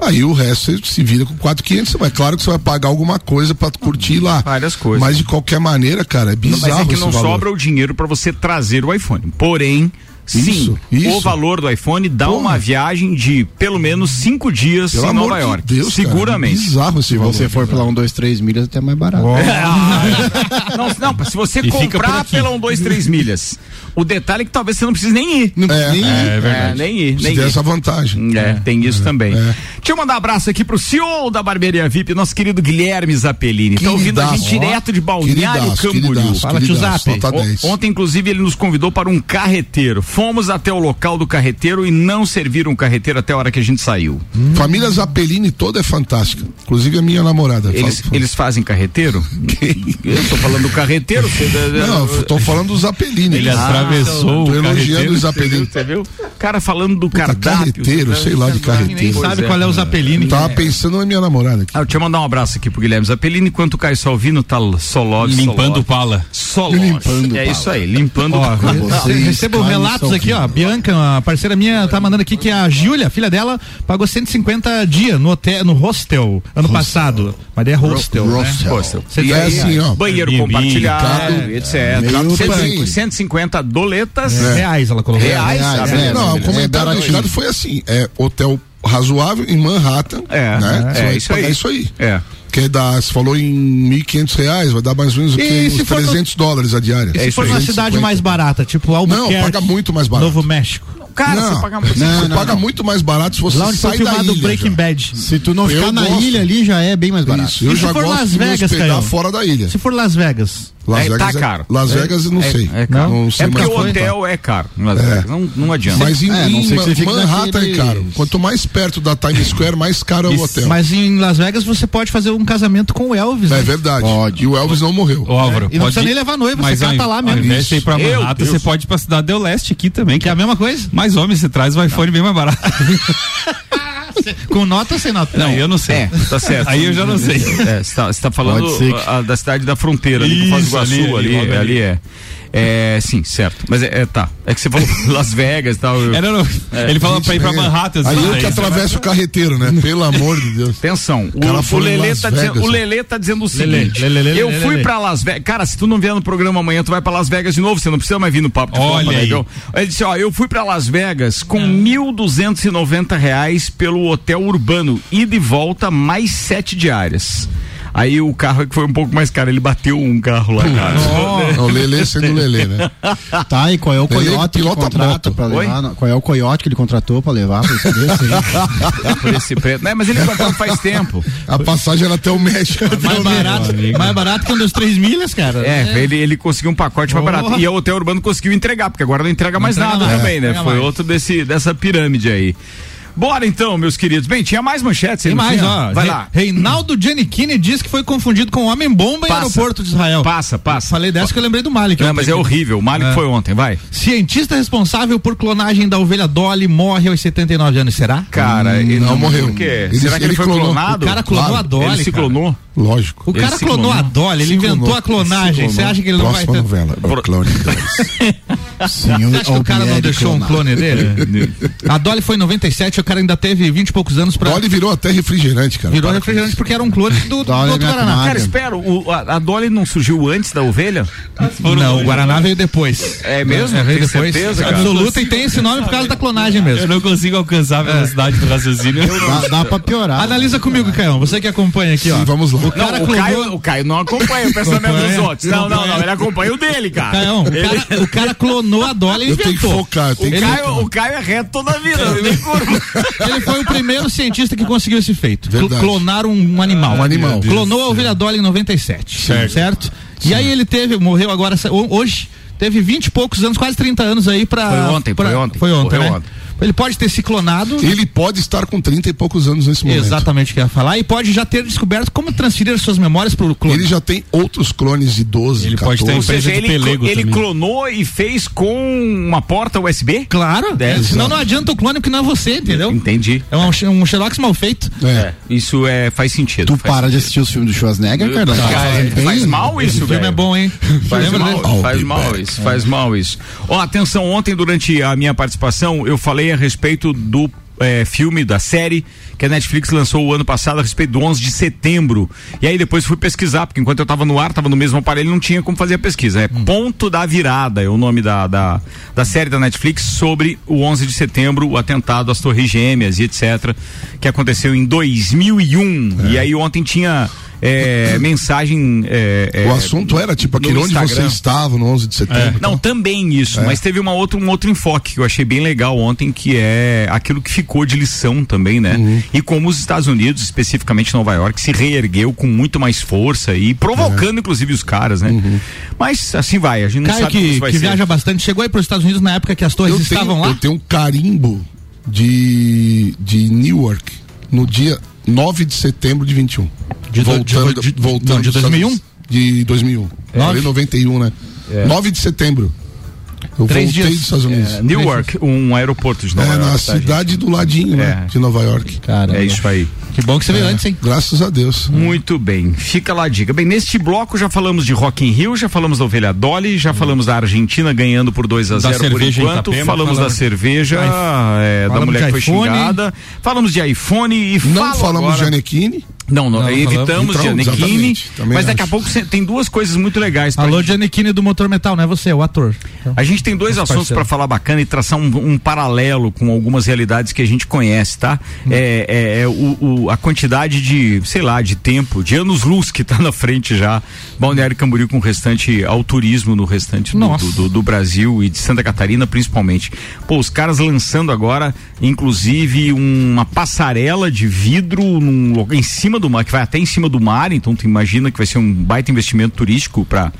Aí o resto você se vira com 4.500, você vai, claro que você vai pagar alguma coisa pra curtir lá.
Várias coisas.
Mas de qualquer maneira, cara, é
Mas
bizarro
é que
esse
não
valor.
sobra o dinheiro pra você trazer o iPhone. Porém, Sim,
Isso, isso.
o valor do iPhone dá
Porra.
uma viagem de pelo menos cinco dias
Pelo
em
amor
Nova
de
York.
Deus, cara, é
seguramente. [LAUGHS]
bizarro esse
Se
valor.
você for pela 1, 2, 3 milhas, até mais barato.
Ah, não, não, se você
fica por
comprar
aqui.
pela 1, 2, 3 milhas, o detalhe é que talvez você não precise nem ir.
Não precisa nem ir.
É verdade.
nem ir,
Você
nem
tem
ir.
essa vantagem.
É, tem isso também.
é.
Deixa eu mandar um abraço aqui pro CEO da Barbearia VIP, nosso querido Guilherme Zappellini. Tá ouvindo a gente
Queridaço.
direto de Balneário
Queridaço,
Camboriú.
queridaço,
Fala, tio
queridaço,
Zap.
nota
O-
10.
Ontem, inclusive, ele nos convidou para um carreteiro. Fomos até o local do carreteiro e não serviram o carreteiro até a hora que a gente saiu.
Hum. Família Zappellini toda é fantástica. Inclusive a minha namorada.
Eles,
Fala- fala-
eles fazem carreteiro? Eu tô falando do carreteiro. você- tá-
Não, eu tô falando do Zappellini.
Ele
Ah,
atravessou
Tô
o
elogiando
carreteiro.
o Zappellini.
Você viu? O cara falando do
Puta,
cardápio. tá
carreteiro, sei lá de
E nem
carreteiro.
Pois
Ah, sabe
é.
qual é o Zapelini.
Tava pensando na minha namorada aqui.
Ah, deixa eu mandar um abraço aqui pro Guilherme Zappellini, enquanto o Caio Salvino tá solove,
Limpando o pala.
Solove.
Limpando
é
o pau.
isso aí, limpando o pau.
Vocês
Recebo
caem
relatos
só
aqui, ó.
ouvindo.
Bianca, uma parceira minha, tá mandando aqui que a Júlia, filha dela, pagou 150 dias no hotel, no hostel ano passado. Mas daí é hostel. né?
Hostel.
Hostel.
Você
E
É
aí,
assim, ó.
banheiro
Airbnb,
compartilhado,
cada-
etc.
meio
150,
É, bem. É.
150 doletas.
Reais, ela colocou.
é, Reais,
Reais,
sabe?
é.
Não, o
né,
comentário do
baratinho.
Ricardo foi assim: é hotel razoável em Manhattan.
É,
né?
é,
Você
é
vai
isso
pagar
aí.
isso aí.
É.
Que dá, você falou em 1.500 reais, vai dar mais ou menos o
E
quê?
se
uns
for no-
300 dólares a diária.
É
Se
isso
for
aí.
numa cidade
150.
mais barata, tipo Albuquerque.
Não, paga muito mais barato.
Novo México.
Cara,
Não.
você paga muito.
Você paga muito mais barato se você
Lá onde foi
sai da
filmado
ilha.
o Breaking
já.
Bad.
Se tu não
Eu
ficar na
gosto.
ilha ali, já é bem mais barato.
Isso, eu
E se
já
for
gosto
Las
de me
Vegas,
hospedar
Caio?
fora da ilha.
Se for Las Vegas.
Las
É, tá
Vegas é-
caro.
Las Vegas eu não sei.
É, caro.
Não
é
sei
porque o
mais quanto. tá.
hotel é caro. Mas
É.
Não, não adianta.
Mas em,
É, não
em
sei que você fique
Manhattan
naqueles-
é caro. Quanto mais perto da Times Square, mais caro é o hotel.
Mas em Las Vegas você pode fazer um casamento com o Elvis.
É
né?
verdade.
Pode.
E o Elvis não morreu.
Ô Álvaro,
E não precisa nem levar noiva, você
ao
cata lá
ao
mesmo.
invés de ir pra
Meu
Manhattan,
Deus.
você pode ir pra Cidade do Leste aqui também,
Que é a mesma coisa? Tá.
mais homens você traz o iPhone bem mais barato.
[LAUGHS] Com nota ou sem nota?
Não, eu não sei.
É, tá certo.
Aí eu já não sei.
[LAUGHS] É, você tá, você tá falando
Pode ser que-
ah, da cidade da fronteira, ali com
Isso,
Foz do Iguaçu, ali, ali,
ali, ali,
é. É, sim, certo. Mas é, é, tá. É que você falou [LAUGHS] Las Vegas e tal. eu-
É, não, não. Ele falou pra ir pra
É.
Manhattan. eu disse,
Aí eu
né?
"Ah,
que
isso é
atravesso o carreteiro, né? Pelo amor de Deus.
Atenção, o,
cara
o,
foi em
Lelê
Las
tá dizendo,
Vegas,
o
né?
Lelê tá dizendo o
Lelê,
seguinte:
Lelê, Lelê,
eu
Lelê,
fui
Lelê.
pra Las Vegas. Cara, se tu não vier no programa amanhã, tu vai pra Las Vegas de novo, você não precisa mais vir no papo de
Olha
Copa, né,
aí.
Igão? Ele disse: Ó, eu fui pra Las Vegas com R$ 1.290 reais pelo hotel urbano, ida e volta, mais sete diárias. Aí o carro é que foi um pouco mais caro, ele bateu um carro lá, cara.
Oh.
É o Lelê sendo Lelê, né?
Tá, e qual é o
Daí ele
coiote que ele
pilota a
contrata
moto.
pra
Oi?
levar? Qual é o coiote que ele contratou pra levar pra esse preço aí?
por esse preço. Né, mas ele comprou faz tempo.
A passagem era até o México.
Mais barato, mais barato que um dos três milhas, cara.
É, Ele, ele conseguiu um pacote mais
Porra.
barato. E o Hotel Urbano conseguiu entregar, porque agora não entrega mais
entrega
nada
mais,
também, né?
entrega
Foi
mais.
outro desse, dessa pirâmide aí. Bora então, meus queridos. Bem, tinha mais manchetes aí,
Tem
não
mais,
tinha?
ó.
assim, Vai
Re-
lá.
Reinaldo Giannichini diz que foi confundido com homem-bomba em
Passa.
aeroporto de Israel.
Passa, passa.
Falei dessa que eu lembrei do Malik.
Não,
ontem
mas é
aqui.
horrível. O Malik
É.
foi ontem, vai.
Cientista responsável por clonagem da ovelha Dolly morre aos 79 anos, será?
Cara, ele
não morreu.
Por quê?
Ele-
Será que Hum, ele,
ele
foi
clonou.
clonado?
O cara clonou a Dolly,
Ele se
cara.
[LAUGHS] clonou?
Lógico.
O cara
se clonou.
clonou a Dolly, ele
Se
inventou
clonou.
a clonagem.
Se
Você acha que ele não
Próxima
vai ter...
novela, É
Pro-
o Clone 2.
Senhor,
Você acha que o cara não
Albieri
deixou
clonado.
um clone dele? a Dolly foi em 97, o cara ainda teve 20 e poucos anos pra.
Olha, virou até refrigerante, cara.
virou
Para
refrigerante porque era um clone do, do
Dolly é
outro
minha
Guaraná.
comadre.
Ah, Cara, espera, o- a, a Dolly não surgiu antes da ovelha?
Não, o Guaraná veio depois.
É mesmo?
É, veio
Tem
depois.
certeza, cara?
Absoluta e tem esse nome por causa da clonagem
Eu
mesmo. É.
não consigo alcançar a velocidade do raciocínio.
Dá, dá pra piorar.
Analisa comigo, Caião. Você que acompanha aqui,
Sim,
ó.
vamos lá.
O cara
não, o,
clonou.
Caio, o Caio não acompanha o pensamento
Acompanha?
dos outros. Não, não, não.
Acompanha.
Ele acompanha o dele, cara.
Caião, o cara, o cara clonou a Dolly e
Eu tenho que
inventou.
focar,
O
tem que
Caio, o Caio é reto toda a vida, ele nem curva.
Ele foi o primeiro cientista que conseguiu esse feito. Cl-
Verdade.
Clonar um, animal.
Um animal.
Clonou a ovelha Dolly em 97. Certo. E aí ele teve, morreu agora se- ho- hoje, teve 20 e poucos anos, quase 30 anos aí pra.
Foi ontem,
pra-
foi ontem.
Foi ontem,
Morreu
né?
ontem.
Ele pode ter se clonado.
Ele pode estar com 30 e poucos anos nesse momento.
Exatamente o que eu ia falar. E pode já ter descoberto como transferir suas memórias pro clone.
Ele já tem outros clones de 12,
Ele
14.
pode ter
Ou
Coisa
seja,
de
ele,
pelego
ele
também.
clonou e fez com uma porta USB?
Claro.
É,
Senão
exato.
não adianta o clone porque não é você, entendeu?
Entendi.
É um, um xerox mal feito.
É, isso é, faz sentido.
Tu
faz
para de assistir os filmes do Schwarzenegger, cara.
sentido. Cara, é, faz mal
Esse
isso,
filme
velho.
é bom, hein?
Faz
Lembra
mal,
dele?
dele?
faz
I'll be
mal
back.
isso, faz mal isso. Ó, atenção, ontem durante a minha participação, eu falei a respeito do é, filme da série que a Netflix lançou o ano passado a respeito do 11 de setembro. E aí depois fui pesquisar, porque enquanto eu tava no ar, tava no mesmo aparelho, não tinha como fazer a pesquisa. É Ponto da Virada, é o nome da, da, da série da Netflix sobre o 11 de setembro, o atentado às Torres Gêmeas e etc, que aconteceu em 2001. E aí ontem tinha é, mensagem é, é,
o assunto era, tipo,
no
aquele onde você
Instagram.
estava no 11 de
É.
setembro.
Não, também isso,
É.
mas teve uma outra, um outro enfoque que eu achei bem legal ontem, que é aquilo que ficou de lição também, né?
Uhum.
E como os Estados Unidos, especificamente Nova York, se reergueu com muito mais força e
É.
provocando, inclusive, os caras, né?
Uhum.
Mas assim vai, a gente não
Caio
sabe como
que,
isso vai
que
ser.
viaja bastante, chegou aí para os Estados Unidos na época que as torres
eu,
estavam
tenho,
lá.
eu tenho um carimbo de, de Newark no dia 9 de setembro de 21.
De do-
voltando,
de- de-
voltando
não, de
dos Estados
2001?
Unidos. De 2001. É.
Nove?
91, né? 9 de setembro. Eu voltei
Três dias.
dos Estados Unidos.
É, Newark, um aeroporto de
É,
Nova
na
York. tá, gente?
cidade do ladinho, né?
É.
De Nova York.
Cara,
É isso aí.
que bom que você veio antes, hein?
Graças a Deus.
Muito bem, fica lá a dica. Bem, neste bloco já falamos de Rock in Rio, já falamos da Ovelha Dolly, já falamos da Argentina ganhando por 2 a 0 por
cerveja em
enquanto,
Itapema,
falamos da
falamos-
cerveja, é, da
falamos
mulher
de
que foi
iPhone.
xingada, falamos de iPhone e
Não
falo
falamos
agora-
de Anequine.
Não, não,
Não,
evitamos
falamos.
de
Então,
Anequine,
exatamente, também
mas daqui a
acho.
pouco cê- tem duas coisas muito legais pra
Alô,
gente.
Giannichini do Motor Metal, não é você, é o ator.
A gente tem dois assuntos
parceiro.
para falar bacana e traçar um, um paralelo com algumas realidades que a gente conhece, tá?
Hum.
É, é- é o- o- a quantidade de, sei lá, de tempo, de anos-luz que tá na frente já. Balneário Camboriú com o restante ao turismo no restante do,
Nossa.
do- do- do Brasil e de Santa Catarina, principalmente. Pô, os caras lançando agora, inclusive, uma passarela de vidro num lugar- em cima do mar, que vai até em cima do mar, então tu imagina que vai ser um baita investimento turístico para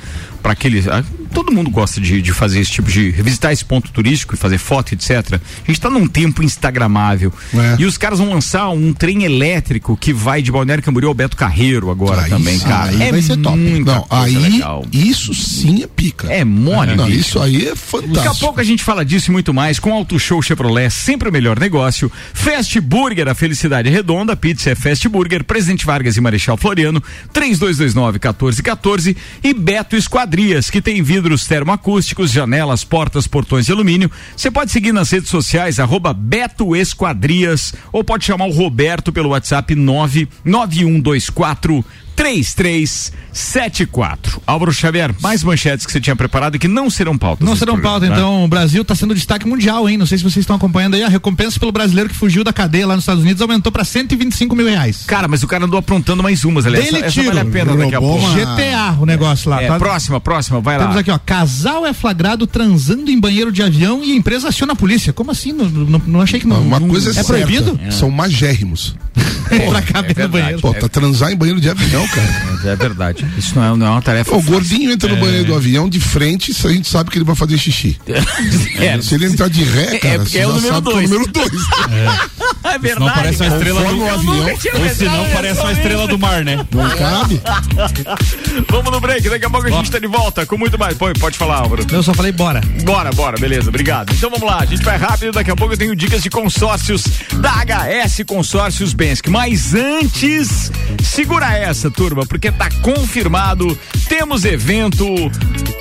para aqueles. ah, Todo mundo gosta de, de fazer esse tipo de. revisitar esse ponto turístico e fazer foto, etc. A gente tá num tempo instagramável.
É.
E os caras vão lançar um trem elétrico que vai de Balneário Camboriú ao Beto Carreiro agora
Aí
também,
sim,
cara.
aí
é
vai ser top.
muita
Não,
coisa
aí
legal.
isso sim é pica.
É mole,
Não,
bicho.
isso aí é
Daqui a
fantástico.
pouco a gente fala disso e muito mais com Auto Show Chevrolet, sempre o melhor negócio. Fast Burger, a felicidade é redonda. Pizza é Fast Burger, Presidente Vargas e Marechal Floriano, 3229-1414. E Beto Esquadrias, que tem vidros termoacústicos, janelas, portas, portões de alumínio. Você pode seguir nas redes sociais, arroba Beto Esquadrias, ou pode chamar o Roberto pelo WhatsApp 99124 3374. Álvaro Xavier, mais manchetes que você tinha preparado e que não serão pautas.
Não
nesse
serão
programa,
pauta,
né?
então. O Brasil tá sendo destaque mundial, hein? Não sei se vocês estão acompanhando aí. A recompensa pelo brasileiro que fugiu da cadeia lá nos Estados Unidos aumentou pra 125 mil reais.
Cara, mas o cara andou aprontando mais umas, aliás.
Dele
Essa, essa
tiro.
vale a pena daqui a
Roubou
pouco.
uma-
GTA, o negócio lá.
É,
tá?
próxima, próxima, vai lá.
Temos aqui, ó. Casal é flagrado transando em banheiro de avião e a empresa aciona a polícia. Como assim? Não, não- não achei que não.
Uma
não-
coisa é,
é
certa,
proibido?
São magérrimos.
[LAUGHS] pra caber no banheiro.
Pô, tá transar em banheiro
[LAUGHS]
de avião, cara.
É verdade. Isso não é, não é uma tarefa.
Pô, o gordinho entra no banheiro do avião de frente, isso a gente sabe que ele vai fazer xixi.
É,
Se ele entrar de ré, cara,
porque
você
é o
já
número
sabe
dois.
que é o número
[LAUGHS]
2.
é
Não parece uma estrela
Conforme
do
o avião,
Ou se não, parece uma estrela do mar, né?
não cabe.
[LAUGHS] Vamos no break, daqui a pouco a gente tá de volta com muito mais. Pô, pode falar, Álvaro.
Eu só falei, bora.
Bora, bora, beleza, obrigado. Então vamos lá, a gente vai rápido, daqui a pouco eu tenho dicas de consórcios da HS Consórcios Bensk. Mas antes, segura essa, turma, porque tá confirmado, temos evento,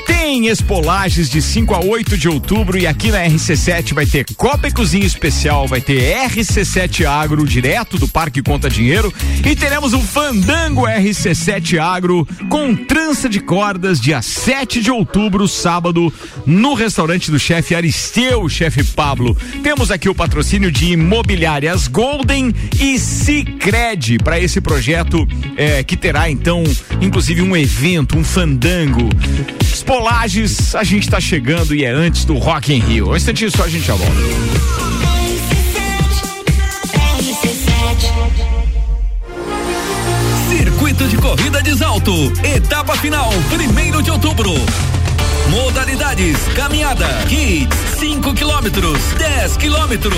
tem expolagens de 5 a 8 de outubro e aqui na RC7 vai ter Copa e Cozinha Especial, vai ter RC7 Agro, direto do Parque Conta Dinheiro e teremos o Fandango RC7 Agro com trança de cordas dia 7 de outubro, sábado, no restaurante do chefe Aristeu, chefe Pablo. Temos aqui o patrocínio de Imobiliárias Golden e Sicredi para esse projeto eh, que terá então, inclusive, um evento, um fandango. Espolages, a gente tá chegando e é antes do Rock in Rio. Um instantinho só, a gente já volta.
Circuito de Corrida de Salto, etapa final, 1 de outubro. Modalidades: caminhada, kids, 5 quilômetros, 10 quilômetros.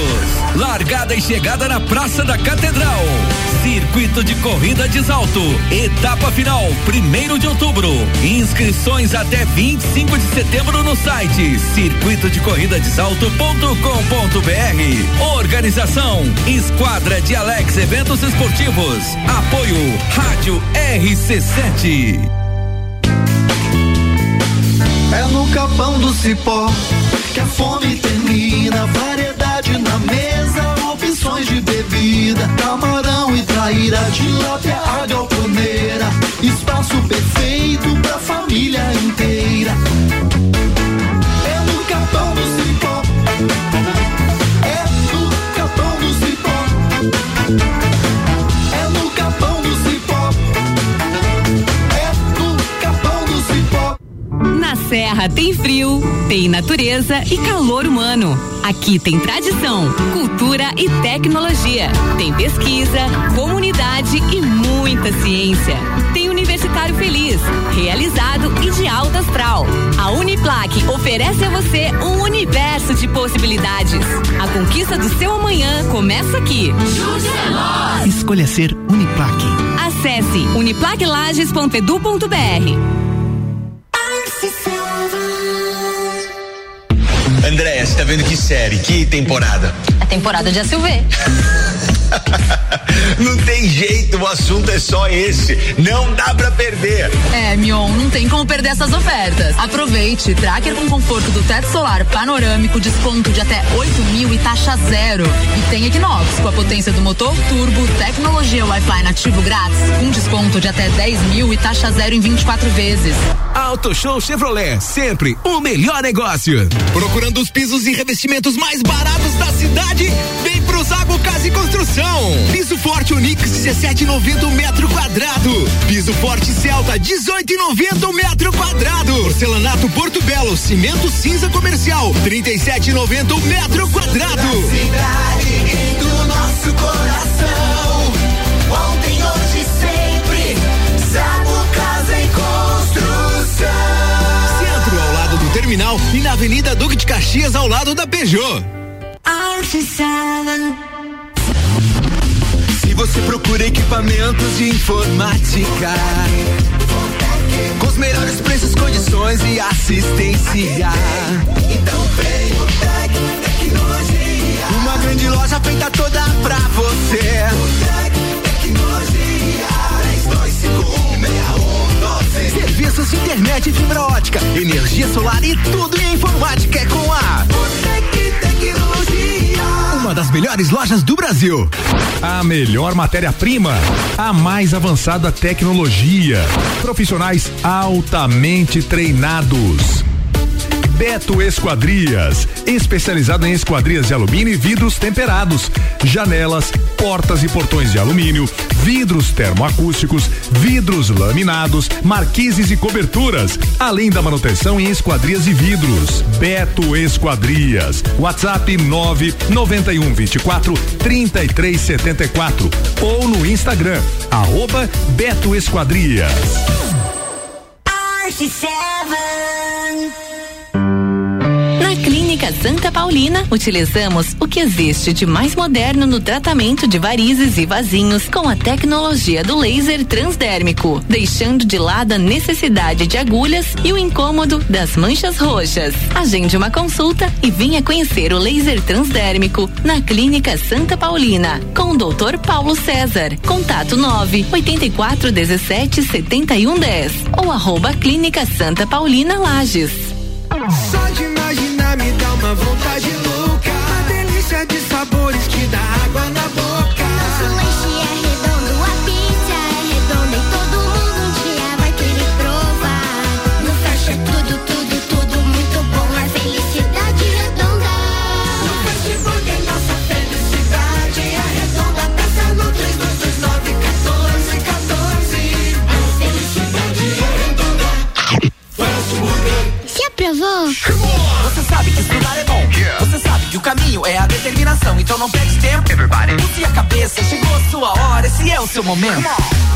Largada e chegada na Praça da Catedral. Circuito de Corrida de Salto, etapa final, 1 de outubro. Inscrições até 25 de setembro no site circuito de corrida de salto.com.br. Organização: Esquadra de Alex Eventos Esportivos. Apoio: Rádio RC7.
É no capão do cipó que a fome termina. Variedade na mesa, opções
de bebida, camarão e traíra, tilápia, a galponeira, espaço perfeito pra família inteira. É no capão do cipó, é no capão do cipó, é no capão do cipó, é no capão do cipó.
Na Serra tem frio, tem natureza e calor humano. Aqui tem tradição, cultura e tecnologia. Tem pesquisa, comunidade e muita ciência. Tem universitário feliz, realizado e de alta astral. A Uniplaque oferece a você um universo de possibilidades. A conquista do seu amanhã começa aqui.
Escolha é ser Uniplaque.
Acesse uniplaquelages.edu.br.
Andréia, você tá vendo que série, que temporada?
A temporada de SUV.
Não tem jeito, o assunto é só esse. Não dá pra perder.
É, Mion, não tem como perder essas ofertas. Aproveite, tracker com conforto do teto solar panorâmico, desconto de até 8 mil e taxa zero. E tem Equinox, com a potência do motor turbo, tecnologia Wi-Fi nativo grátis, um desconto de até 10 mil e taxa zero em 24 vezes.
Auto Show Chevrolet, sempre o melhor negócio. Procurando os pisos e revestimentos mais baratos da cidade? Vem pro Zago Casa e Construção. Piso Forte Unix 17,90 metro quadrado. Piso Forte Celta 18,90 metro quadrado. Porcelanato Porto Belo, cimento cinza comercial 37,90 metro quadrado.
Cidade e do nosso coração. Ontem, hoje, e sempre. Sago Casa e Construção.
Centro ao lado do terminal e na Avenida Duque de Caxias ao lado da Peugeot.
Se você procura equipamentos de informática, com os melhores preços, condições e assistência. Então vem o Tec Tecnologia. Uma grande loja feita toda pra você. um,
Serviços de internet, fibra ótica, energia solar e tudo em informática é com a Uma das melhores lojas do Brasil.
A melhor matéria-prima, a mais avançada tecnologia, profissionais altamente treinados. Beto Esquadrias, especializado em esquadrias de alumínio e vidros temperados, janelas, portas e portões de alumínio, vidros termoacústicos, vidros laminados, marquises e coberturas, além da manutenção em esquadrias e vidros. Beto Esquadrias, WhatsApp 991 24 3374 ou no Instagram, arroba Beto Esquadrias.
Na Clínica Santa Paulina, utilizamos o que existe de mais moderno no tratamento de varizes e vasinhos com a tecnologia do laser transdérmico, deixando de lado a necessidade de agulhas e o incômodo das manchas roxas. Agende uma consulta e venha conhecer o laser transdérmico na Clínica Santa Paulina, com o Dr. Paulo César. Contato 9 84 17 71 10 ou arroba Clínica Santa Paulina Lages.
Só de imaginar me dá uma vontade louca. Uma delícia de sabores que dá água na boca. Nosso lanche é redondo, a pizza é redonda e todo mundo um dia vai querer provar. No fecha é tudo, tudo, tudo muito bom. A felicidade é redonda. No Fast Burger, nossa felicidade é redonda. Peça no 3229 1414. A felicidade é redonda. Fast Burger.
Se aprovou?
Você sabe que estudar é bom. Você sabe que o caminho é a determinação. Então não perde tempo. Everybody. Use a cabeça, chegou a sua hora. Esse é o seu momento.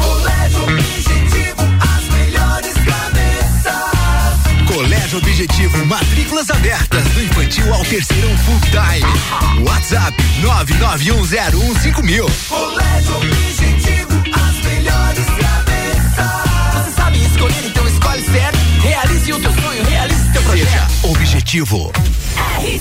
Colégio Objetivo, as melhores cabeças.
Colégio Objetivo, matrículas abertas do infantil ao terceirão full time. WhatsApp 991015000.
Colégio Objetivo, as melhores cabeças. Você sabe escolher, então escolhe certo. Realize o teu sonho, realize teu projeto.
Objetivo.
É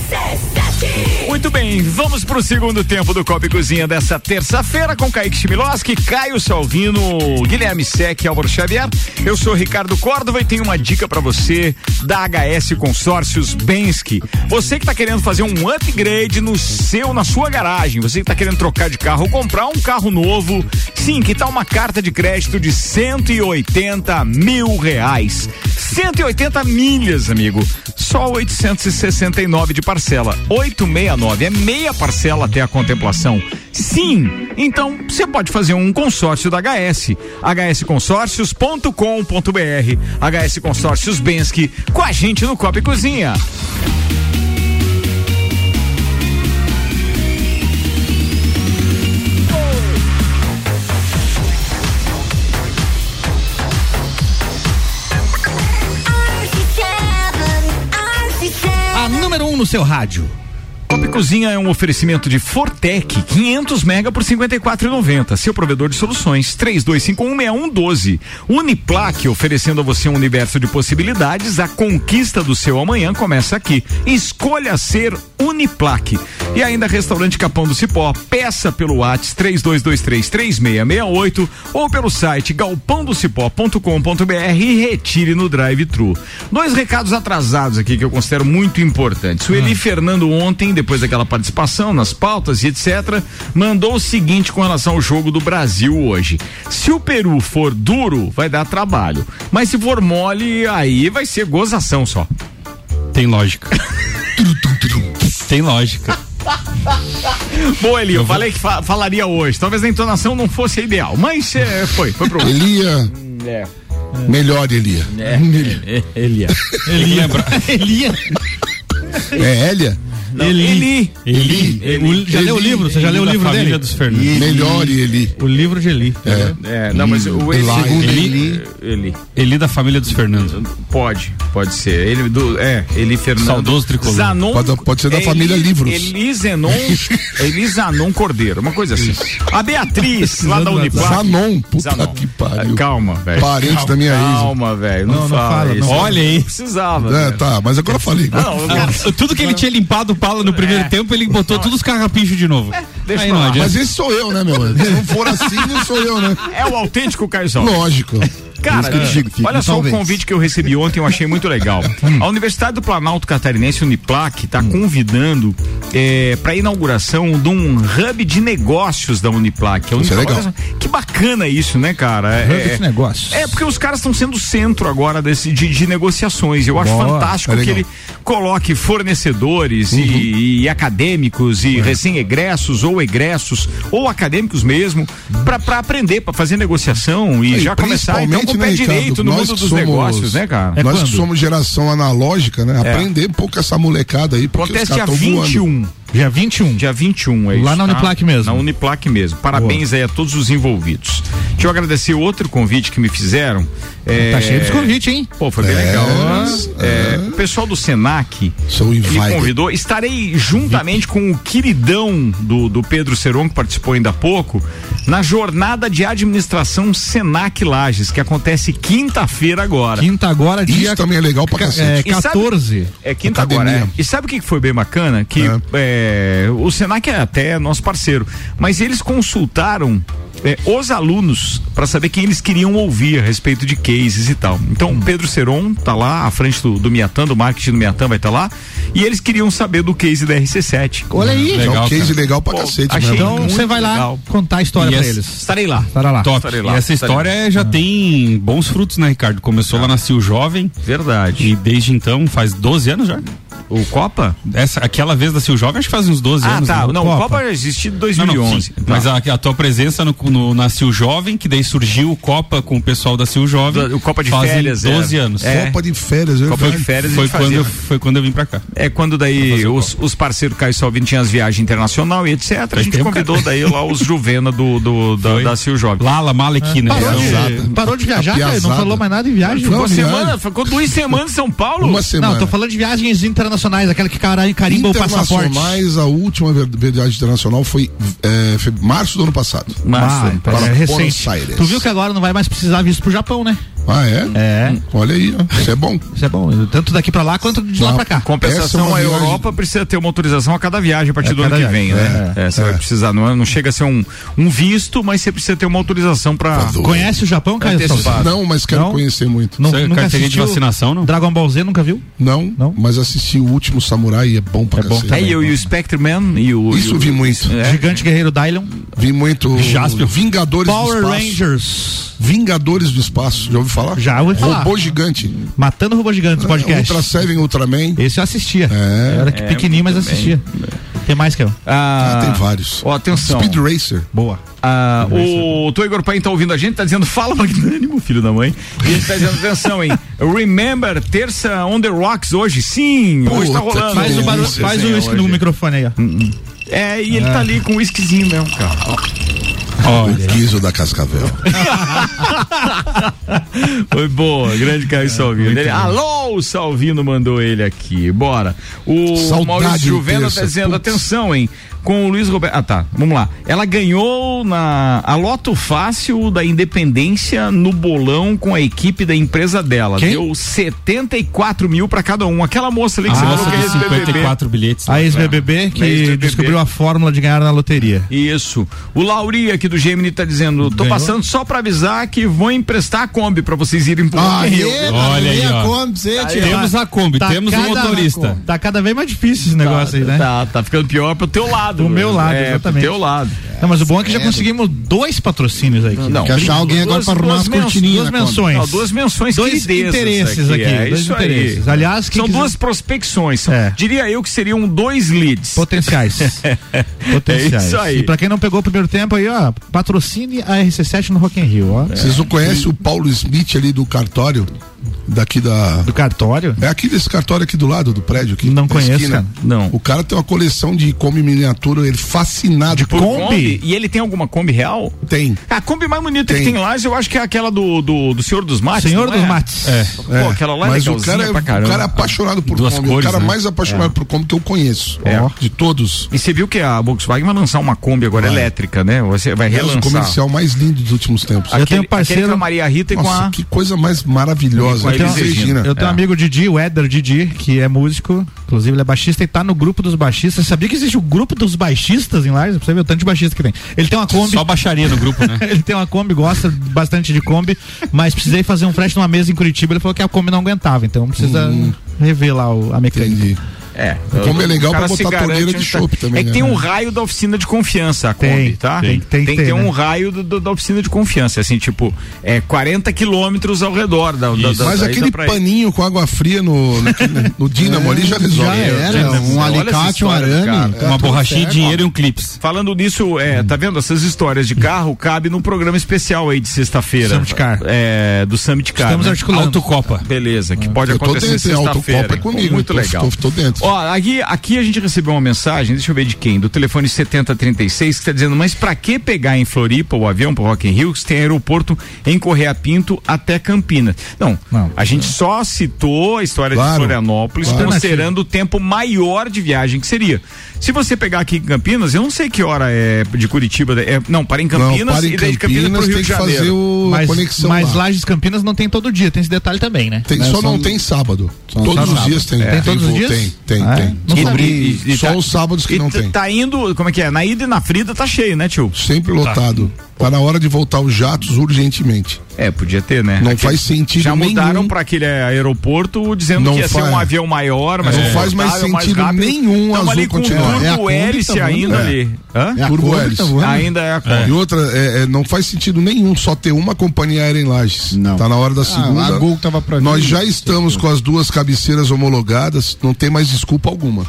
Muito bem, vamos pro segundo tempo do Copa e Cozinha dessa terça-feira com Kaique Chimiloski, Caio Salvino, Guilherme Sec e Álvaro Xavier. Eu sou Ricardo Córdova e tenho uma dica para você da HS Consórcios Bensky. Você que tá querendo fazer um upgrade no seu, na sua garagem, você que tá querendo trocar de carro ou comprar um carro novo, sim, que tal uma carta de crédito de 180 mil reais? 180 milhas, amigo. Só 869 de parcela. 869 é meia parcela até a contemplação. Sim, então você pode fazer um consórcio da HS. hsconsórcios.com.br. HS Consórcios Bensky, com a gente no Copa e Cozinha.
A número 1 um no seu rádio.
Copa e Cozinha é um oferecimento de Fortec, 500 mega por 54,90. Seu provedor de soluções, 32516112. Uniplaque, oferecendo a você um universo de possibilidades. A conquista do seu amanhã começa aqui. Escolha ser Uniplaque. E ainda Restaurante Capão do Cipó, peça pelo WhatsApp 32233668 ou pelo site galpãodocipó.com.br e retire no drive-thru. Dois recados atrasados aqui que eu considero muito importantes. O Eli
Ah.
Fernando ontem, depois daquela participação nas pautas e etc, mandou o seguinte com relação ao jogo do Brasil hoje. Se o Peru for duro, vai dar trabalho, mas se for mole, aí vai ser gozação só. [LAUGHS]
Tem lógica. Tem lógica.
Boa, Eli, eu, falei que fa- falaria hoje. Talvez a entonação não fosse a ideal, mas eh, foi, foi
[LAUGHS]
pro.
Elia.
É.
Melhor, [LAUGHS] Elia.
É.
Melhor.
[LAUGHS] Elia.
Elia. Bra-
Elia.
É Elia?
Eli.
Eli.
O- já
Eli.
leu o livro? Você já leu o
Da
livro
família
dele?
dos Fernandes.
Eli. Melhor
Eli. O livro de Eli.
É, não, mas o Eli. Eli. é, Eli.
Eli da família dos Fernandes.
Pode, pode ser. Ele do, é, Eli Fernando.
Saudoso tricolor.
Zanon, é
Pode- pode ser da família Livros.
Eli Zenon, Eli Zanon Cordeiro, uma coisa assim. A Beatriz, lá da Uniplac.
Zanon, puta
Zanon.
que pariu.
Calma, velho.
Parente
Calma,
da minha ex.
Calma, velho. Não,
Não, não
fala,
fala,
isso.
não. Olha aí.
Não precisava.
É,
velho.
tá, mas agora eu falei.
Não, não, eu quero-
Ah, Tudo que ele tinha limpado o pala no primeiro tempo, ele botou todos os carrapichos de novo.
deixa
Aí
pra
não
lá.
adianta.
Mas esse sou eu, né, meu? Se não for assim, eu sou
[LAUGHS]
eu, né?
É o autêntico Caio Sol.
Lógico.
Cara,
Por isso que eu digo, Kiko,
olha só
talvez. Hum.
o convite que eu recebi ontem, eu achei muito legal. A Universidade do Planalto Catarinense, Uniplac, está convidando para a inauguração de um hub de negócios da Uniplac. A
Isso é
Uniplac-
legal.
Que bacana isso, né, cara?
Hub de negócios.
É, porque os caras estão sendo o centro agora desse, de, de negociações. Eu acho
Boa,
fantástico
é
tá
que
legal.
ele coloque fornecedores
Uhum.
e, e acadêmicos e recém-egressos ou egressos ou acadêmicos mesmo para aprender, para fazer negociação e,
E
já começar então com o pé
principalmente, né,
direito
Ricardo,
no
nós
mundo
que
dos
somos- É,
negócios, né, cara?
nós que somos geração analógica, né?
É.
Aprender um pouco essa molecada aí, porque
Acontece
os
dia
caras tão
21.
voando.
Dia 21. Dia 21, é isso.
Lá na
tá?
Uniplac mesmo.
Na Uniplac mesmo. Parabéns aí a todos os envolvidos. Deixa eu agradecer outro convite que me fizeram. É...
Tá cheio de convite, hein?
Pô, foi bem
É,
legal. É, O pessoal do Senac me
invited.
convidou. Estarei juntamente com o queridão do, do Pedro Seron, que participou ainda há pouco, na jornada de administração Senac Lages, que acontece quinta-feira agora.
Quinta agora,
Isso
dia.
também é legal pra
ca-
cacete.
É,
E sabe-
14.
É quinta agora. É. E sabe o que que foi bem bacana? Que é, o Senac é até nosso parceiro, mas eles consultaram é, os alunos para saber quem eles queriam ouvir a respeito de cases e tal. Então, o Pedro Seron tá lá à frente do, do Miatan, do marketing do Miatan vai estar lá, e eles queriam saber do case da RC7.
Olha aí.
É um Legal, case cara. legal pra cacete,
achei
né?
Então
muito
você vai lá
legal.
contar a história
E
pra
essa-
eles.
Estarei lá.
Estará lá.
Top.
Estarei lá,
e essa
estarei lá.
história já tem bons frutos, né, Ricardo? Começou lá na Sil Jovem.
Verdade.
E desde então, faz 12 anos já.
O Copa?
Essa, aquela vez da Sil Jovem, acho que faz uns 12
Ah,
anos.
tá.
né?
Não, o Copa Tá. existe em 2011.
Não, não, sim. Mas a, a tua presença no, no, na Sil Jovem, que daí surgiu o Copa com o pessoal da Sil Jovem.
O Copa de
fazem
Férias, é.
12 anos.
É.
Copa de férias, né? eu
Copa de férias
foi
ele fazia,
quando, eu,
né?
foi quando eu vim pra cá.
É quando daí os, os parceiros Caio Salvini tinham as viagens internacional e etc. A gente
tempo,
convidou daí lá os Juvena do, do, da, da Sil Jovem.
Lala, Malek, né?
é,
Parou de-
Parou de viajar, cara, não falou mais nada em viagem.
Ficou uma semana, ficou duas semanas em São Paulo?
Não, tô falando de viagens internacionais, aquela que cara- carimba o passaporte.
Internacionais, a última ver- viagem internacional foi é, fe- março do ano passado.
Ah, então
para
é
Buenos
recente.
Aires.
Tu viu que agora não vai mais precisar visto pro Japão, né?
Ah, é?
É.
Olha aí, ó. isso é bom.
Isso é bom. Tanto daqui pra lá quanto de lá
Não,
pra cá.
Essa é
Compensação,
uma
a
viagem-
Europa precisa ter uma autorização a cada viagem a partir
É,
do ano
cada
que vem,
viagem,
né? É, você vai precisar, não, é- não chega a ser um, um visto, mas você precisa ter uma autorização pra.
Conhece o Japão, Caio?
Antecipado.
Não, mas quero
Ah, Não?
conhecer muito.
Não- Isso é nunca carteirinha de assistiu vacinação,
não?
Dragon Ball Z, nunca viu?
Não, mas assisti o último Samurai e é bom pra cacete.
É, e o, e o Spectre Man e o. É.
Isso
e o-
vi muito.
Gigante Guerreiro Dylon.
Vi muito
Jaspion.
Vingadores
Power
do Espaço.
Rangers.
Vingadores do Espaço, já ouviu falar?
Já ouvi falar.
Robô Gigante.
Matando Robô Gigante,
É,
podcast.
Ultra Seven, Ultraman.
Esse eu assistia.
É.
Eu era que
É,
pequenininho, mas
muito bem.
assistia. Tem mais que eu.
Ah,
Ah, tem vários.
Ó, então. atenção.
Speed Racer.
Boa.
Ah, o Tô Igor Paim tá ouvindo a gente, tá dizendo fala magnânimo, filho da mãe. E ele tá dizendo atenção, hein? Remember, terça on the rocks hoje. Sim, hoje tá
Puta,
rolando.
que
Faz o, barulho,
delícia, Ah.
faz o
Desenho
uísque no
hoje.
microfone aí, ó.
É, e ele tá ali com o whiskyzinho mesmo, cara.
O guiso da Cascavel.
Foi boa, grande Caio Salvino. Ele, Alô, o Salvino mandou ele aqui. Bora. O
Saudade
Maurício
de
Juvena tá
terça,
dizendo,
putz.
atenção, hein? Com o Luiz Roberto. Ah, tá. Vamos lá. Ela ganhou na a Loto Fácil da Independência no bolão com a equipe da empresa dela.
Quem?
Deu 74 mil pra cada um. Aquela moça ali que você
Ah,
falou que é
de
ex-BBB.
54 bilhetes.
A ex-BBB que
É, ex-BBB.
descobriu a fórmula de ganhar na loteria.
Isso. O Lauri aqui do Gemini tá dizendo: tô passando só pra avisar que vou emprestar a Kombi pra vocês irem pro
Ah,
Rio.
é,
Olha aí, ó. Temos a Kombi,
Tá
temos um
Tá cada-
motorista.
Tá cada vez mais difícil esse negócio aí, né?
Tá, tá ficando pior pro teu lado.
Do meu
Bruno.
lado,
é,
exatamente.
Pro teu lado.
Não, mas o bom é que já
É,
conseguimos dois patrocínios aqui.
Não,
que achar alguém agora pra arrumar as
duas mens-
cortininhas.
duas
na
menções.
Não, duas menções
Dois
queridezas
interesses aqui,
é
dois
isso aí.
interesses. Aliás, quem
são
quiser-
duas prospecções. São-
É.
Diria eu que seriam dois leads.
[LAUGHS] Potenciais. Potenciais.
É isso aí.
E pra quem não pegou o primeiro tempo aí, ó, patrocine a RC7 no Rock in Rio, ó.
Vocês não conhecem o Paulo Smith ali do cartório? Daqui da.
Do cartório.
É aqui desse cartório aqui do lado do prédio. Aqui,
Não
na
conheço,
esquina.
cara.
Não.
O cara tem uma coleção de Kombi miniatura, ele fascinado.
Por
Kombi?
E ele tem alguma Kombi real?
Tem.
A Kombi mais bonita que
Tem.
tem lá, eu acho que é aquela do, do, do Senhor dos Mates.
Senhor
não
dos
é?
Mates.
Pô, aquela lá é
Mas o
legalzinha
cara, é,
pra
o
caramba.
cara é apaixonado por
Duas
Kombi.
cores,
o cara
né?
mais apaixonado por Kombi que eu conheço.
É.
Ó, De todos.
E você viu que a Volkswagen vai lançar uma Kombi agora elétrica, né? Você vai
É o
relançar.
comercial mais lindo dos últimos tempos.
Eu
Aquele-
tenho um
aquele
parceiro-
com a Maria Rita e com
Nossa,
a...
que coisa mais maravilhosa.
Eu tenho-
Elis Regina.
Eu tenho um
É.
amigo Didi, o Éder Didi, que é músico, inclusive ele é baixista e tá no grupo dos baixistas. Sabia que existe o grupo dos baixistas em Lages? Pra você ver o tanto de baixista que tem. Ele tem uma Kombi.
Só baixaria no grupo, né?
[LAUGHS] Ele tem uma Kombi, gosta bastante de Kombi, mas precisei fazer um frete numa mesa em Curitiba. Ele falou que a Kombi não aguentava, então precisa rever lá o- a mecânica.
Entendi.
É.
Como é legal
O cara
pra
se
botar
garante
torneira de
onde tá.
chopp também,
É que
né?
tem um raio da oficina de confiança, a Kombi,
Tem,
tá?
tem, tem que
que
ter,
ter um
né?
raio do- do- da oficina de confiança, assim, tipo, é 40 quilômetros ao redor da, da, da
Mas
da
aquele
ida pra-
paninho com água fria no, naquele- no dínamo ali já resolve.
Já era,
Deus,
um
olha essa
alicate, um
história do
arame.
cara.
tá
Uma
tudo
borrachinha,
certo.
dinheiro e um clips.
É, Falando nisso, é, tá vendo? Essas histórias de carro cabe num programa especial aí de sexta-feira.
Summit Car.
É, do Summit Car.
Estamos
né? Ah.
articulando.
Autocopa.
Beleza, que pode
Eu tô
acontecer
dentro, é
sexta-feira.
autocopa é
hein?
comigo,
Muito
eu tô-
legal.
tô- tô dentro.
Ó, aqui, aqui a gente recebeu uma mensagem, deixa eu ver de quem, do telefone 7036, que está dizendo, mas pra que pegar em Floripa o avião pro Rock in Rio, que tem aeroporto em Correia Pinto até Campinas? Não,
Não.
a gente só citou a história de
Claro.
Florianópolis,
Claro.
considerando o tempo maior de viagem que seria. Se você pegar aqui em Campinas, eu não sei que hora é de Curitiba, é, não, para em
Não,
Campinas
para
e
em
daí de Campinas pro
Campinas
Rio
tem
de
que
Janeiro.
fazer o
Mas,
conexão
mas
lá.
Lages Campinas não tem todo dia, tem esse detalhe também, né?
Tem-
né,
só
só
não
no-
tem sábado.
no
todos os
sábado.
dias tem.
É. Tem todos os
voo,
dias?
Tem, tem,
Ah, é?
tem.
Não
Só-
E- e- e
Só
tá-
os sábados que
e
não
tá-
tem.
Tá indo, como é que é? Na ida e na frida tá cheio, né, tio?
Sempre lotado. Tá na hora de voltar os jatos urgentemente.
É, podia ter, né?
Não
Aquele-
faz sentido
Já mudaram
nenhum.
pra aquele aeroporto dizendo
Não
que ia ser
faz.
um avião maior, mas
Não faz mais sentido nenhum
Estamos
Azul
ali com
continuar.
turbo
É
a Kombi
hélice
tá voando,
ainda
é.
ali. Hã?
É a
Turbo
Kombi
hélice.
tá voando.
Ainda é a Kombi.
E outra, é, é, não faz sentido nenhum só ter uma companhia aérea em Lages.
Não.
Tá na
Ah,
hora da segunda.
lá a Gol tava pra
Nós
né?
vir,
já
não sei
estamos com as duas cabeceiras homologadas, não tem mais desculpa alguma.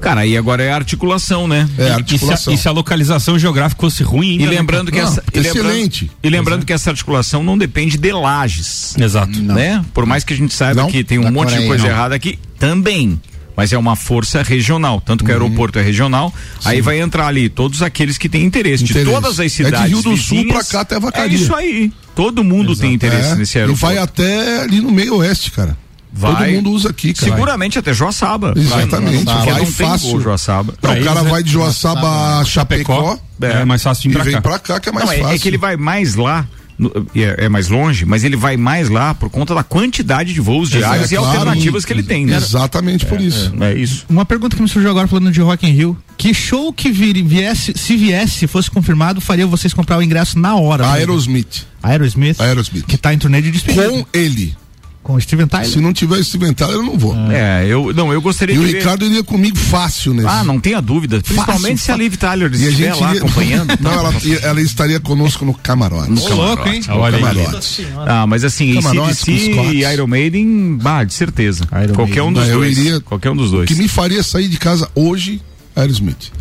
Cara, aí agora é a articulação, né?
É,
E se, a,
articulação.
e se a localização geográfica fosse ruim, ainda,
E
né?
lembrando que
Não,
essa. e lembrando-
excelente.
E lembrando que essa articulação não depende de lajes.
Exato.
Né? Por mais que a gente saiba
Não,
que tem um
da
monte de
Coreia,
coisa
não.
errada aqui, também. Mas é uma força regional, tanto
Uhum.
que o aeroporto é regional, aí vai entrar ali todos aqueles que têm interesse, de
Interesse.
todas as
É de
cidades.
Rio do Sul
vizinhas.
pra cá até
É
Vacaria.
isso aí. Todo mundo tem interesse
É,
nesse
e
aeroporto.
vai até ali no meio oeste, cara. Todo
Vai.
mundo usa aqui, cara.
Seguramente até Joaçaba.
Exatamente.
Vai,
Vai
não tem
fácil.
voo, Joaçaba.
Não,
Pra
o cara
né?
eles,
vai de Joaçaba a Chapecó
Chapecó. É, mais fácil
e
vir pra
vem
cá.
pra cá, que é mais
Não, é-
fácil.
É, que ele vai mais lá no- é, é mais longe, mas ele vai mais lá por conta da quantidade de voos
Exato,
diários e
É, claro.
alternativas que ele tem, né?
Exatamente por
É,
isso.
É, é isso.
Uma pergunta que me surgiu agora falando de Rock in Rio. Que show que vir- viesse, se viesse, se fosse confirmado, faria vocês comprar o ingresso
é.
na hora?
Aerosmith.
Aerosmith?
Aerosmith.
Que tá em turnê de despedida.
Com ele.
Com o Steven Tyler.
Se não tiver Steven Tyler, eu não vou.
É, eu não, eu gostaria
E
de
o
ver-
Ricardo iria comigo fácil nesse.
Ah, não tenha dúvida. Principalmente se a Liv Tyler
E a
estiver
gente
lá
iria- [LAUGHS]
acompanhando. né? tá.
Não, ela, ela estaria conosco no camarote.
No camarote,
Olha
Olha aí.
camarote.
Ah, mas assim,
Camarote
ACDC
com Scott.
e Iron Maiden, bah, de certeza. Qualquer um
Maiden.
dos
Não, eu
dois.
iria-
Qualquer um dos
O
dois.
que me faria sair de casa hoje, Aerosmith.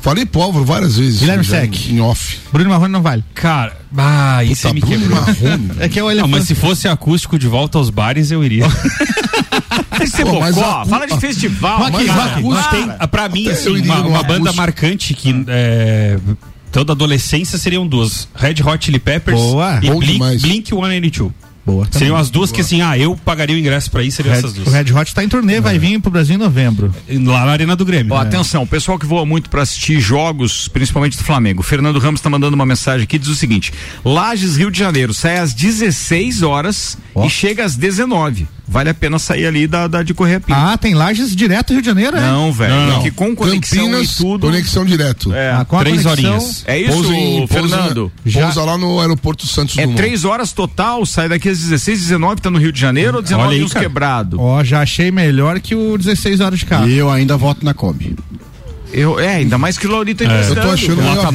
Falei pro Álvaro várias vezes.
Guilherme
já
Sec.
Em off.
Bruno Marrone não vale.
Cara, ah, isso aí me
Bruno
quebrou.
[LAUGHS]
Marrone.
É que é o
Não,
elefante.
mas se fosse acústico de volta aos bares, eu iria.
Esse
Pô, mas
bocó,
a-
Ah, fala de festival,
Rock,
cara.
rock,
Para.
tem, pra mim,
Até
assim,
eu iria
uma,
no
uma
acústico.
banda marcante que é, toda adolescência seriam duas: Red Hot Chili Peppers
Boa.
e
Bom
Blink,
demais.
Blink 182.
Boa.
Seriam as duas que, assim, ah, eu pagaria o ingresso pra ir, seriam
Red-
essas
o
duas.
Red Hot tá em turnê,
É.
vai vir pro Brasil em novembro. um-
Lá na Arena do Grêmio. né?
Ó, atenção, o pessoal que voa muito pra assistir jogos, principalmente do Flamengo. O Fernando Ramos tá mandando uma mensagem aqui, diz o seguinte: Lages, Rio de Janeiro, sai às 16 horas e chega às 19. Vale a pena sair ali da, da de correr a pinta.
Ah, tem Lages direto do Rio de Janeiro, é?
Não, velho. Que com conexão
Campinas,
e tudo.
Conexão direto.
É,
Ah, com a Três conexão- horinhas.
É isso,
Pouso em- pouso
Fernando.
na- Pousa lá no aeroporto Santos
É
Dumont.
três horas total, sai daqui às 16, 19, tá no Rio de Janeiro ou 19 e uns quebrado?
Ó, já achei melhor que o 16 horas de carro.
E eu ainda voto na Kombi.
Eu, é, ainda mais que o Laurito
É, eu tô achando meio aper-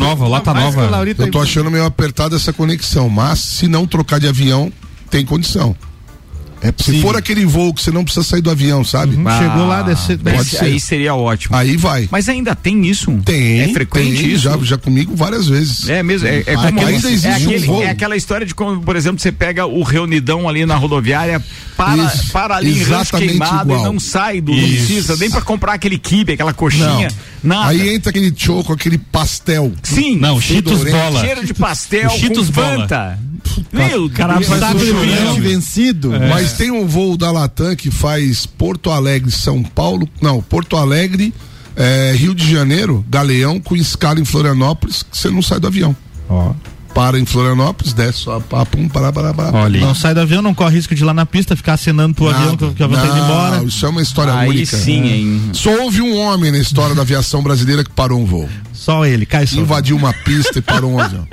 Mais que o Laurito
Eu tô
aí.
achando meio apertada essa conexão, mas se não trocar de avião, tem condição. É se for aquele voo que você não precisa sair do avião, sabe?
Ah,
Pode
esse-
ser.
Aí seria ótimo.
Aí vai.
Mas ainda tem isso?
Tem.
É frequente
tem,
isso?
Já, já comigo várias vezes.
É mesmo, é, é
Ah,
como
que ainda
é
existe um
aquele-
voo.
é aquela história de como, por exemplo, você pega o reunidão ali na rodoviária, para,
Isso,
para ali em rancho
exatamente
queimado
igual.
e não sai do não
Isso.
precisa nem pra comprar aquele kibe, aquela
Não.
coxinha. Nada.
Aí entra aquele choco, aquele pastel.
Sim.
Tudo orelha.
Cheiro de pastel,
O Cheetos
com
bola.
Fanta. Meu
Caramba,
Deus.
tá
né?
chorando.
vencido.
É.
Mas tem um voo da Latam que faz Porto Alegre, São Paulo. Não, Porto Alegre, eh, Rio de Janeiro, Galeão, com escala em Florianópolis, que você não sai do avião.
Ó.
Para em Florianópolis, desce, ó, pá, pum, pará, pará, pará.
Não sai do avião, não corre risco de ir lá na pista, ficar acenando pro
Nada.
avião que, que o avião tá indo
Não,
embora.
Isso é uma história única. É. Só houve um homem na história da aviação brasileira que parou um voo.
Só ele, cai só.
Invadiu uma pista e parou um
[LAUGHS]
avião.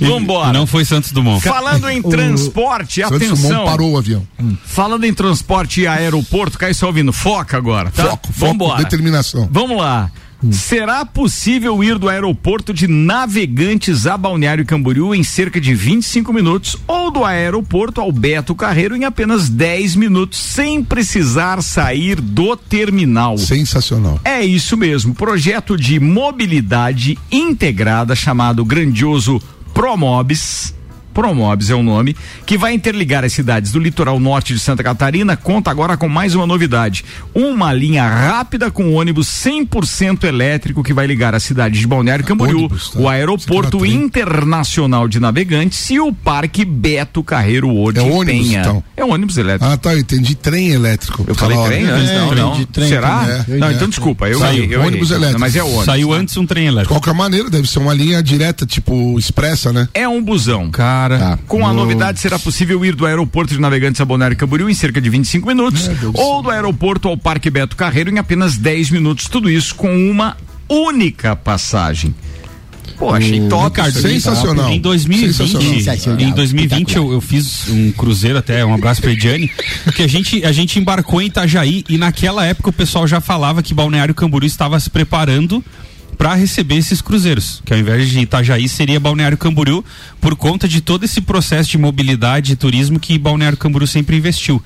Vambora.
Não foi Santos Dumont.
Falando em transporte,
Santos Dumont
atenção.
parou o avião.
Falando em transporte e aeroporto, cai só ouvindo. Foca agora, tá?
Foco, foco,
Vambora.
determinação.
Vamos lá. Será possível ir do aeroporto de Navegantes a Balneário Camboriú em cerca de 25 minutos ou do aeroporto Alberto Carreiro em apenas 10 minutos sem precisar sair do terminal?
Sensacional.
É isso mesmo, projeto de mobilidade integrada chamado grandioso Promobis. Promobis é o nome, que vai interligar as cidades do litoral norte de Santa Catarina, conta agora com mais uma novidade. Uma linha rápida com ônibus 100% elétrico que vai ligar a cidade de Balneário Camboriú,
tá.
o aeroporto internacional de Navegantes e o Parque Beto Carreiro Ouro
É ônibus,
Penha.
então?
É ônibus elétrico.
Ah, tá, eu entendi trem elétrico. Tá
Eu falei trem antes,
É,
não, não. Será? Não, então desculpa, eu errei, eu
ônibus
errei.
elétrico.
Mas é ônibus, Saiu né?
antes um trem elétrico.
De qualquer maneira, deve ser uma linha direta, tipo expressa, né?
É um busão.
Cara.
Tá.
Com a novidade, será possível ir do aeroporto de Navegantes a Balneário Camboriú em cerca de 25 minutos ou do aeroporto ao Parque Beto Carreiro em apenas 10 minutos. Tudo isso com uma única passagem. Pô, achei
Hum,
top.
Ricardo,
isso aí.
em- Em 2020, em 2020 eu, eu fiz um cruzeiro até, um abraço pra Ediane, que a gente, a gente embarcou em Itajaí e naquela época o pessoal já falava que Balneário Camboriú estava se preparando para receber esses cruzeiros, que ao invés de Itajaí seria Balneário Camboriú, por conta de todo esse processo de mobilidade e turismo que Balneário Camboriú sempre investiu.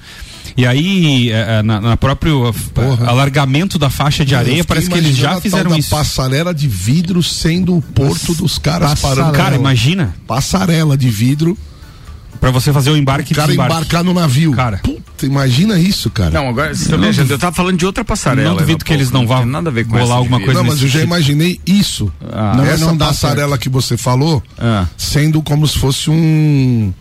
E aí, eh, eh, na, na próprio eh, alargamento da faixa de areia,
Eu
parece que
fiquei
eles já
imaginando a
fizeram
tal da
isso.
Passarela de vidro sendo o porto dos caras
Passarela.
parando.
Cara, imagina.
Passarela de vidro.
Pra você fazer o embarque
O cara
e desembarque.
embarcar no navio. Cara. Puta, imagina isso, cara.
Não, agora você tá viajando. Eu tava falando de outra passarela.
Não duvido
Eva,
que eles
pô,
não vá
tem nada a ver com
bolar
essa de
alguma
vida.
coisa
Não, mas eu já imaginei isso.
tipo. Ah. Não,
essa
não dá
passarela que você falou, sendo como se fosse um.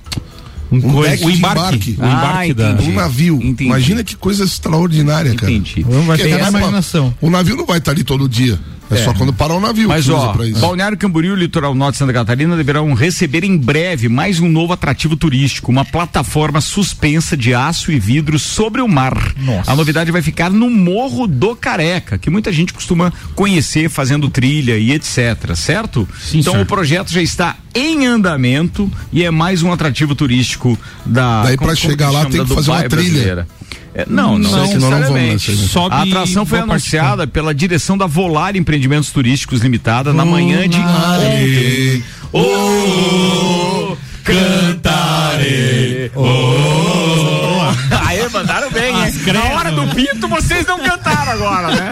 Um,
coisa-
deck
o
de
embarque.
embarque.
O
Ah,
embarque da-
Um navio. Imagina que é coisa extraordinária, cara.
Entendi.
Vamos
vai ter na imaginação.
O navio não vai estar ali todo dia. É, só quando parar o navio
Mas,
que usa
ó,
pra isso.
Balneário Camboriú e Litoral Norte de Santa Catarina deverão receber em breve mais um novo atrativo turístico, uma plataforma suspensa de aço e vidro sobre o mar. A novidade vai ficar no Morro do Careca, que muita gente costuma conhecer fazendo trilha e etc, certo? então
senhor.
o projeto já está em andamento e é mais um atrativo turístico da
Daí
como-
pra
como
chegar
que
lá
chama?
tem
Da
que fazer uma
Dubai
trilha.
brasileira. É, não, não,
Não,
não,
sei que nós não vamos
necessariamente.
nessa, gente.
A
Sobe
atração
e
foi
vou participar.
anunciada anunciada pela direção da Volar Empreendimentos Turísticos Limitada na manhã de ontem. Oh, cantarei. Aê, mandaram bem, hein? Na hora do pinto vocês não cantaram agora, né?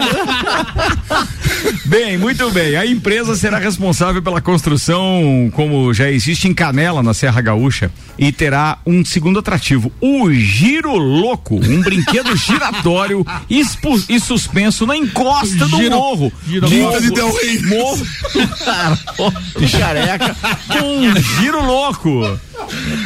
Bem, muito bem. A empresa será responsável pela construção, como já existe em Canela, na Serra Gaúcha, e terá um segundo atrativo: o Giro Louco, um brinquedo giratório expu- e suspenso na encosta do
Giro-
morro.
Giro- Quinta de Del Rey.
Morro do [LAUGHS] careca com um giro louco.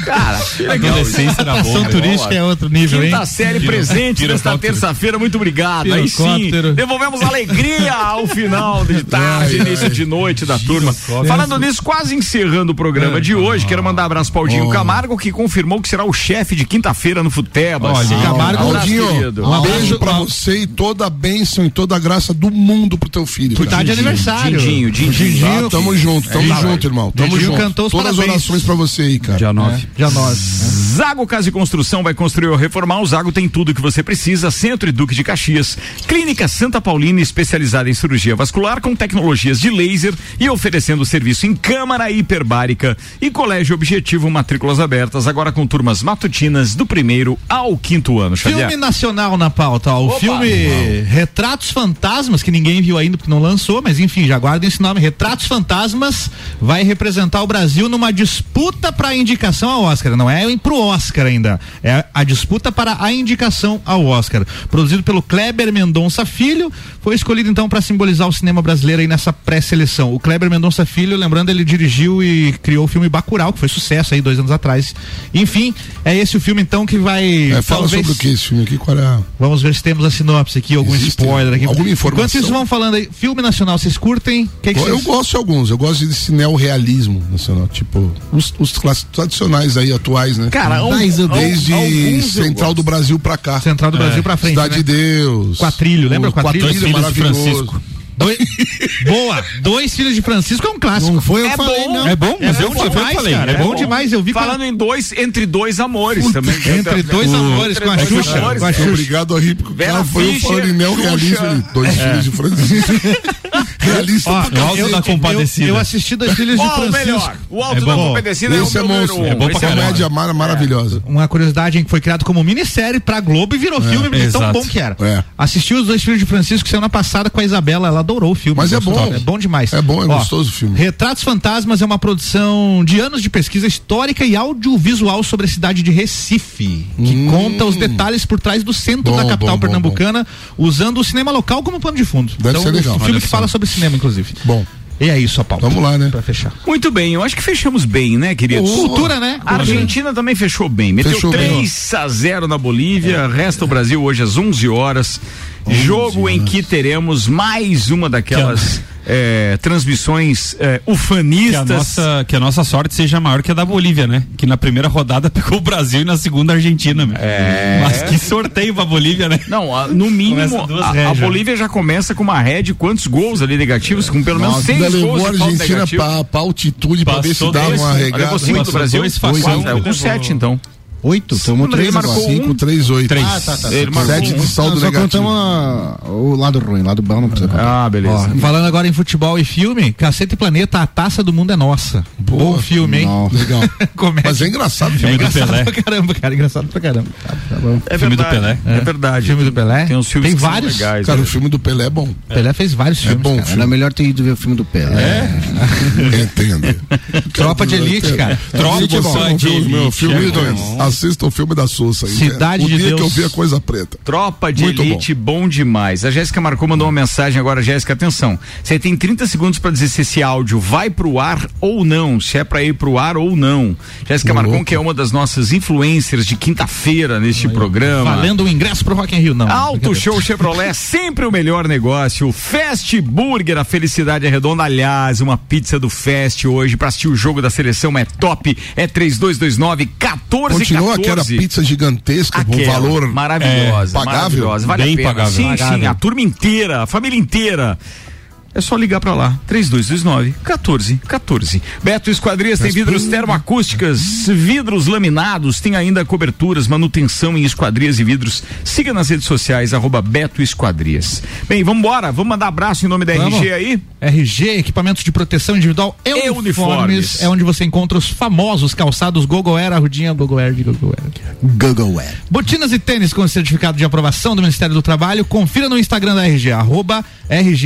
Cara,
Adolescência era bom, né? turística é outro nível, hein?
Quinta série
Giro-
presente nesta
girocóptero.
terça-feira, muito obrigado. Aí sim,
Pirocóptero.
devolvemos alegria ao final de tarde, início de noite da turma. Falando nisso, quase encerrando o programa de hoje, quero mandar abraço para o Aldinho Camargo, que confirmou que será o chefe de quinta-feira no Futebas.
Sim,
abraço,
Aldinho,
querido.
um beijo pra você e toda a bênção e toda a graça do mundo pro teu filho.
Por tá
é
de
Dindinho,
aniversário.
Dindinho, Dindinho.
Dindinho.
Tá, tamo junto, tamo
É,
junto,
tá,
irmão. Tamo
Dindinho
junto.
cantou os
Todas as
parabéns.
orações pra você aí, cara.
Dia
né?
9.
É. Dia 9.
Zago Casa e Construção vai construir ou reformar. O Zago tem tudo que você precisa. Centro e Duque de Caxias. Clínica Santa Paulina, especializada em cirurgia vascular com tecnologias de laser e oferecendo serviço em câmara hiperbárica. E Colégio Objetivo, matrículas abertas, agora com turmas matutinas do primeiro ao quinto ano. Xavier.
Filme nacional na pauta, ó, o
Opa,
filme
não.
Retratos Fantasmas, que ninguém viu ainda porque não lançou, mas enfim, já guardem esse nome. Retratos Fantasmas vai representar o Brasil numa disputa para indicação ao Oscar. Não é pro Oscar ainda, é a disputa para a indicação ao Oscar. Produzido pelo Kleber Mendonça Filho, foi escolhido então para simbolizar o cinema brasileiro aí nessa pré-seleção. O Kleber Mendonça Filho, lembrando, ele dirigiu e criou o filme Bacurau, que foi sucesso aí dois anos atrás. Enfim, é esse o filme então que vai
É, fala
talvez-
sobre o que esse filme aqui, qual é a...
Vamos ver se temos a sinopse aqui, algum
Existe
spoiler aqui.
alguma informação?
Enquanto isso, vão falando aí. Filme nacional, vocês curtem? Que que
eu
vocês-
gosto de alguns, eu gosto desse neorrealismo nacional, tipo, os, os clássicos tradicionais aí, atuais, né?
Cara, al-
desde,
al-
desde
alguns eu
Central do Brasil pra cá.
Central do Brasil pra frente,
Cidade
né?
de Deus.
Quatrilho, lembra
o Quatrilho
Quatrilho?
é
Filhos de
maravilhoso.
Francisco. Dois- Boa! Dois Filhos de Francisco é um clássico. Não
foi,
eu É falei, bom. não.
É bom, mas
É
eu,
bom
eu
demais,
falei.
cara,
é,
é
bom,
bom.
demais, eu vi com a-
Falando em dois, entre dois amores
Puta,
também.
entre dois amores,
é
com a
dois
Xuxa,
amores.
com a Xuxa.
um Obrigado, Rico.
Vera
Cara, foi eu
Fischer,
falando em neorrealismo,
Xuxa.
ele, dois
É.
filhos de Francisco. [LAUGHS] Realista
Ó,
pra
eu-
cacete.
eu- eu assisti dois Filhos de
Ó, o
Francisco.
melhor, o Alto da
bom.
Compadecida é o
Esse é
meu número
monstro.
um.
É bom pra
Esse é
caralho.
bom.
Média Mara maravilhosa.
Uma curiosidade, hein, que foi criado como minissérie pra Globo e virou
É,
filme, de tão
exato.
bom que era.
É.
Assistiu os dois filhos de Francisco semana passada com a Isabela, ela adorou o filme.
Mas é
Gostou?
bom.
É bom demais.
É bom, é
Ó,
gostoso o filme.
Retratos Fantasmas é uma produção de anos de pesquisa histórica e audiovisual sobre a cidade de Recife, que conta os detalhes por trás do centro
Hum. Bom,
da capital
bom, bom,
pernambucana, usando o cinema local como pano de fundo.
Deve ser legal.
Um filme
Olha
que
só.
fala sobre cinema, inclusive.
Bom.
E é isso, a pauta.
Vamos lá, né?
Pra fechar.
Muito bem, eu acho que fechamos bem, né, queridos?
Boa. Cultura, né?
A Argentina também fechou bem. Meteu
Fechou bem.
3 a 0 na Bolívia, resta o Brasil hoje às 11 horas. jogo em que teremos mais uma daquelas eh, transmissões eh,
Que a,
ufanistas.
nossa, que a nossa sorte seja maior que a da Bolívia, né? Que na primeira rodada [LAUGHS] pegou o Brasil e na segunda a Argentina. meu.
É.
Mas que sorteio pra Bolívia, né?
Não, a- no mínimo,
Começa duas
a- a,
régias.
Bolívia já começa com uma rede, quantos gols ali negativos? Com pelo menos
Nossa,
seis
ainda
gols
levou a
de falta
Argentina
negativa.
pra, pra altitude pra ver se
Passou
dava
dois,
uma
olha,
regada.
por cima do Brasil,
Dois,
quatro,
oito.
é, com sete, então.
Oito, tomou
Ele
três
marcou
agora.
um.
Cinco,
três, oito.
Três.
Ah, tá, tá, tá. Ele marcou
Sete
um.
de saldo
Não, só
negativo.
contamos
o lado ruim, o lado bom não precisa
Ah, beleza.
Ó, falando agora em futebol e filme, Cacete e Planeta, a taça do mundo é nossa. Bom filme, hein?
[LAUGHS]
Legal.
Comédia.
Mas é engraçado o filme
é
do
engraçado
Pelé.
pra caramba, cara. Engraçado pra caramba.
É filme do Pelé. É. verdade.
Filme do Pelé.
Tem uns filmes
Tem
que são
vários.
legais, É
Cara,
né?
o filme do Pelé é bom.
Pelé fez vários filmes.
bom
cara.
filme.
Era melhor ter ido ver o filme do Pelé.
Entendo.
é [LAUGHS]
Tropa de elite, cara.
Tropa de elite. Meu, filme do- As assista o filme da Sousa aí.
é Cidade
o
de
dia
Deus.
que eu vi a coisa preta.
Tropa de
Muito
elite, bom. demais. A Jéssica marcou, mandou uma mensagem agora. Jéssica, atenção. Você tem 30 segundos para dizer se esse áudio vai pro ar ou não, se é para ir pro ar ou não. Jéssica
Ô,
Marcon,
louco.
que é uma das nossas influencers de quinta-feira neste programa.
Valendo o ingresso pro Rock in Rio, não.
Auto Show Chevrolet, sempre o melhor negócio. Fast Burger, a felicidade é redonda. Aliás, uma pizza do Fast hoje pra assistir o jogo da seleção é top. É 3229 1414.
Continua aquela pizza gigantesca, com
Aquela,
Tipo, um valor
maravilhosa,
é, pagável.
maravilhosa, vale a pena. Sim, sim, a turma inteira, a família inteira. É só ligar pra lá, 3229 1414. Beto Esquadrias tem vidros termoacústicas, vidros laminados, tem ainda coberturas, manutenção em esquadrias e vidros. Siga nas redes sociais, arroba Beto Esquadrias. Bem, vamos embora, vamos mandar abraço em nome da
Vamos.
RG aí.
RG, equipamentos de proteção individual e
E
uniformes,
uniformes.
É onde você encontra os famosos calçados Gogoera, Rudinha, Gogoer de Gogoer.
Googleware.
Botinas e tênis com certificado de aprovação do Ministério do Trabalho. Confira no Instagram da RG, arroba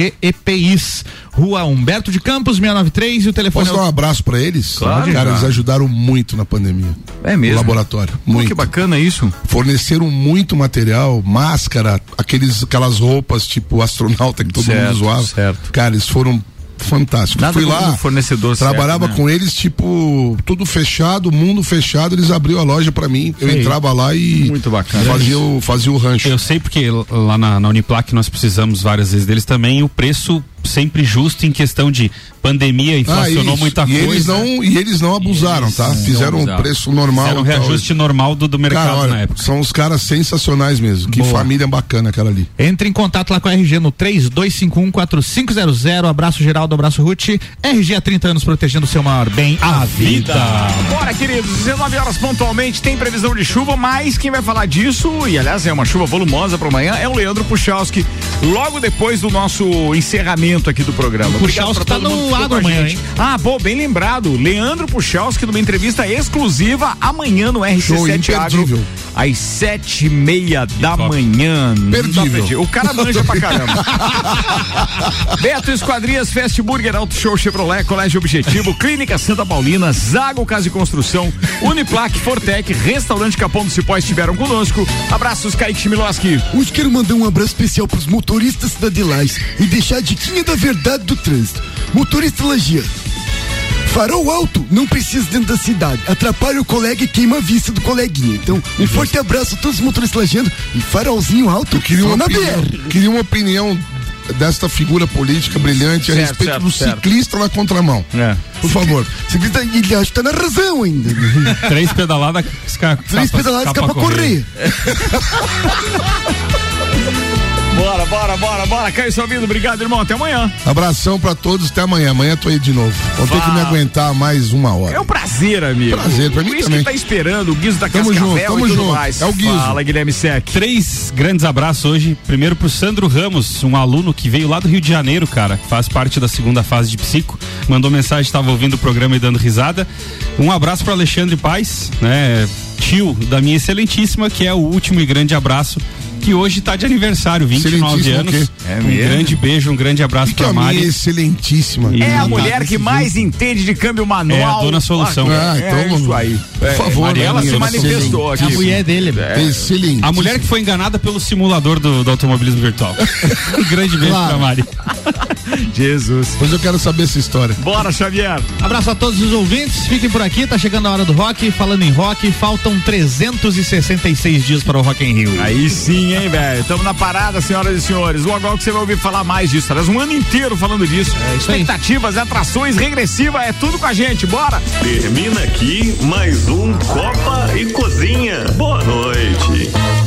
RGEPIs. Rua Humberto de Campos, 693 e o telefone.
Posso dar um abraço pra eles?
Claro,
Cara,
já.
eles ajudaram muito na pandemia.
É mesmo?
O laboratório.
Pô,
Muito.
que bacana isso.
Forneceram muito material, máscara, aqueles, aquelas roupas tipo astronauta que todo
Certo,
mundo zoava.
certo.
Cara, eles foram fantásticos.
Nada
Fui
como
lá,
um fornecedor certo,
trabalhava
né?
com eles, tipo, tudo fechado, mundo fechado, eles abriam a loja pra mim. Eu
Sei.
entrava lá e
Muito
bacana.
fazia o, fazia o rancho.
Eu sei porque l- lá na, na Uniplac nós precisamos várias vezes deles também. O preço sempre justo em questão de pandemia inflacionou
isso.
muita
Ah, e
coisa.
Eles não, e eles não abusaram, tá? Fizeram o
abusaram.
preço normal.
um
Fizeram o
tal.
reajuste normal do- do mercado né?
Cara, olha,
na época.
São os caras sensacionais mesmo. Que
Boa.
família bacana aquela ali.
é Entre em contato lá com a RG no 32514500. Abraço Geraldo, abraço Ruth. RG há 30 anos protegendo o seu maior bem, a vida.
Bora, queridos, 19 horas pontualmente, tem previsão de chuva, mas quem vai falar disso, e aliás é uma chuva volumosa para amanhã, é o Leandro Puchalski, logo depois do nosso encerramento aqui do programa.
O
Obrigado
Puchalski
pra
tá
todo
no
mundo que ficou
agro
com a
amanhã,
gente.
hein?
Ah, pô, bem lembrado, Leandro Puchalski numa entrevista exclusiva amanhã no
Show,
RC7 Agro,
imperdível.
às sete e meia da manhã. Não dá pra
Imperdível.
perder. O cara manja pra caramba. [LAUGHS] Beto Esquadrias, Fast Burger, Auto Show Chevrolet, Colégio Objetivo, Clínica Santa Paulina, Zago Casa e Construção, Uniplac, Fortec, Restaurante Capão do Cipó estiveram conosco. Abraços, Kaique Chimiloski.
Hoje quero mandar um abraço especial pros motoristas da Delais e deixar a diquinha da verdade do trânsito. Motorista lajeiro. Farol alto não precisa dentro da cidade. Atrapalha o colega e queima a vista do coleguinha. Então, um
Uhum.
forte abraço a todos os motoristas lajeando e farolzinho alto
Queria
só
uma,
na
opinião,
BR.
queria uma opinião desta figura política brilhante a
Certo,
respeito
certo,
do
certo.
ciclista na contramão.
É.
Por favor.
Ciclista, ele acha que tá na razão ainda.
Três pedaladas, esca,
Três
capa-
pedaladas,
capa
capa correr.
Bora, bora, bora, bora. Caio Salvido, obrigado, irmão. Até amanhã.
Abração pra todos, até amanhã. Amanhã tô aí de novo. Vou ter que
Vá.
me aguentar mais uma hora.
É um prazer, amigo.
Prazer, pra mim
Por isso
também.
que tá esperando o Guizo da
Tamo
Cascavel
junto, tamo
e tudo
junto.
mais.
É o Guizo.
Fala, Guilherme Sec.
Três grandes abraços hoje. Primeiro pro Sandro Ramos, um aluno que veio lá do Rio de Janeiro, cara, que faz parte da segunda fase de psico. Mandou mensagem, estava ouvindo o programa e dando risada. Um abraço pro Alexandre Paes, né? Tio da minha excelentíssima, que é o último e grande abraço, que hoje tá de aniversário, 29
Excelentíssima o
anos.
quê?
É
um grande beijo, um grande abraço
Que
pra
a minha
Mari.
excelentíssima.
É a mulher que mais entende de câmbio manual.
tá, É a dona Solução.
Ah,
Ah,
é
então,
isso aí.
por
É,
favor,
ela
Mariela
se
Solução.
manifestou aqui.
A mulher dele,
É.
Excelente.
A mulher que foi enganada pelo simulador do, do automobilismo virtual. [LAUGHS] um grande beijo
Claro.
pra [LAUGHS] Mari.
Jesus.
Pois eu quero saber essa história.
Bora, Xavier.
Abraço a todos os ouvintes, fiquem por aqui, tá chegando a hora do rock. Falando em rock, faltam 366 dias para o Rock in Rio.
Aí sim, hein, velho? Estamos na parada, senhoras e senhores. Logo, logo você vai ouvir falar mais disso. Aliás, um ano inteiro falando disso.
É
Expectativas, atrações, regressiva, é tudo com a gente. Bora!
Termina aqui mais um Copa e Cozinha. Boa noite.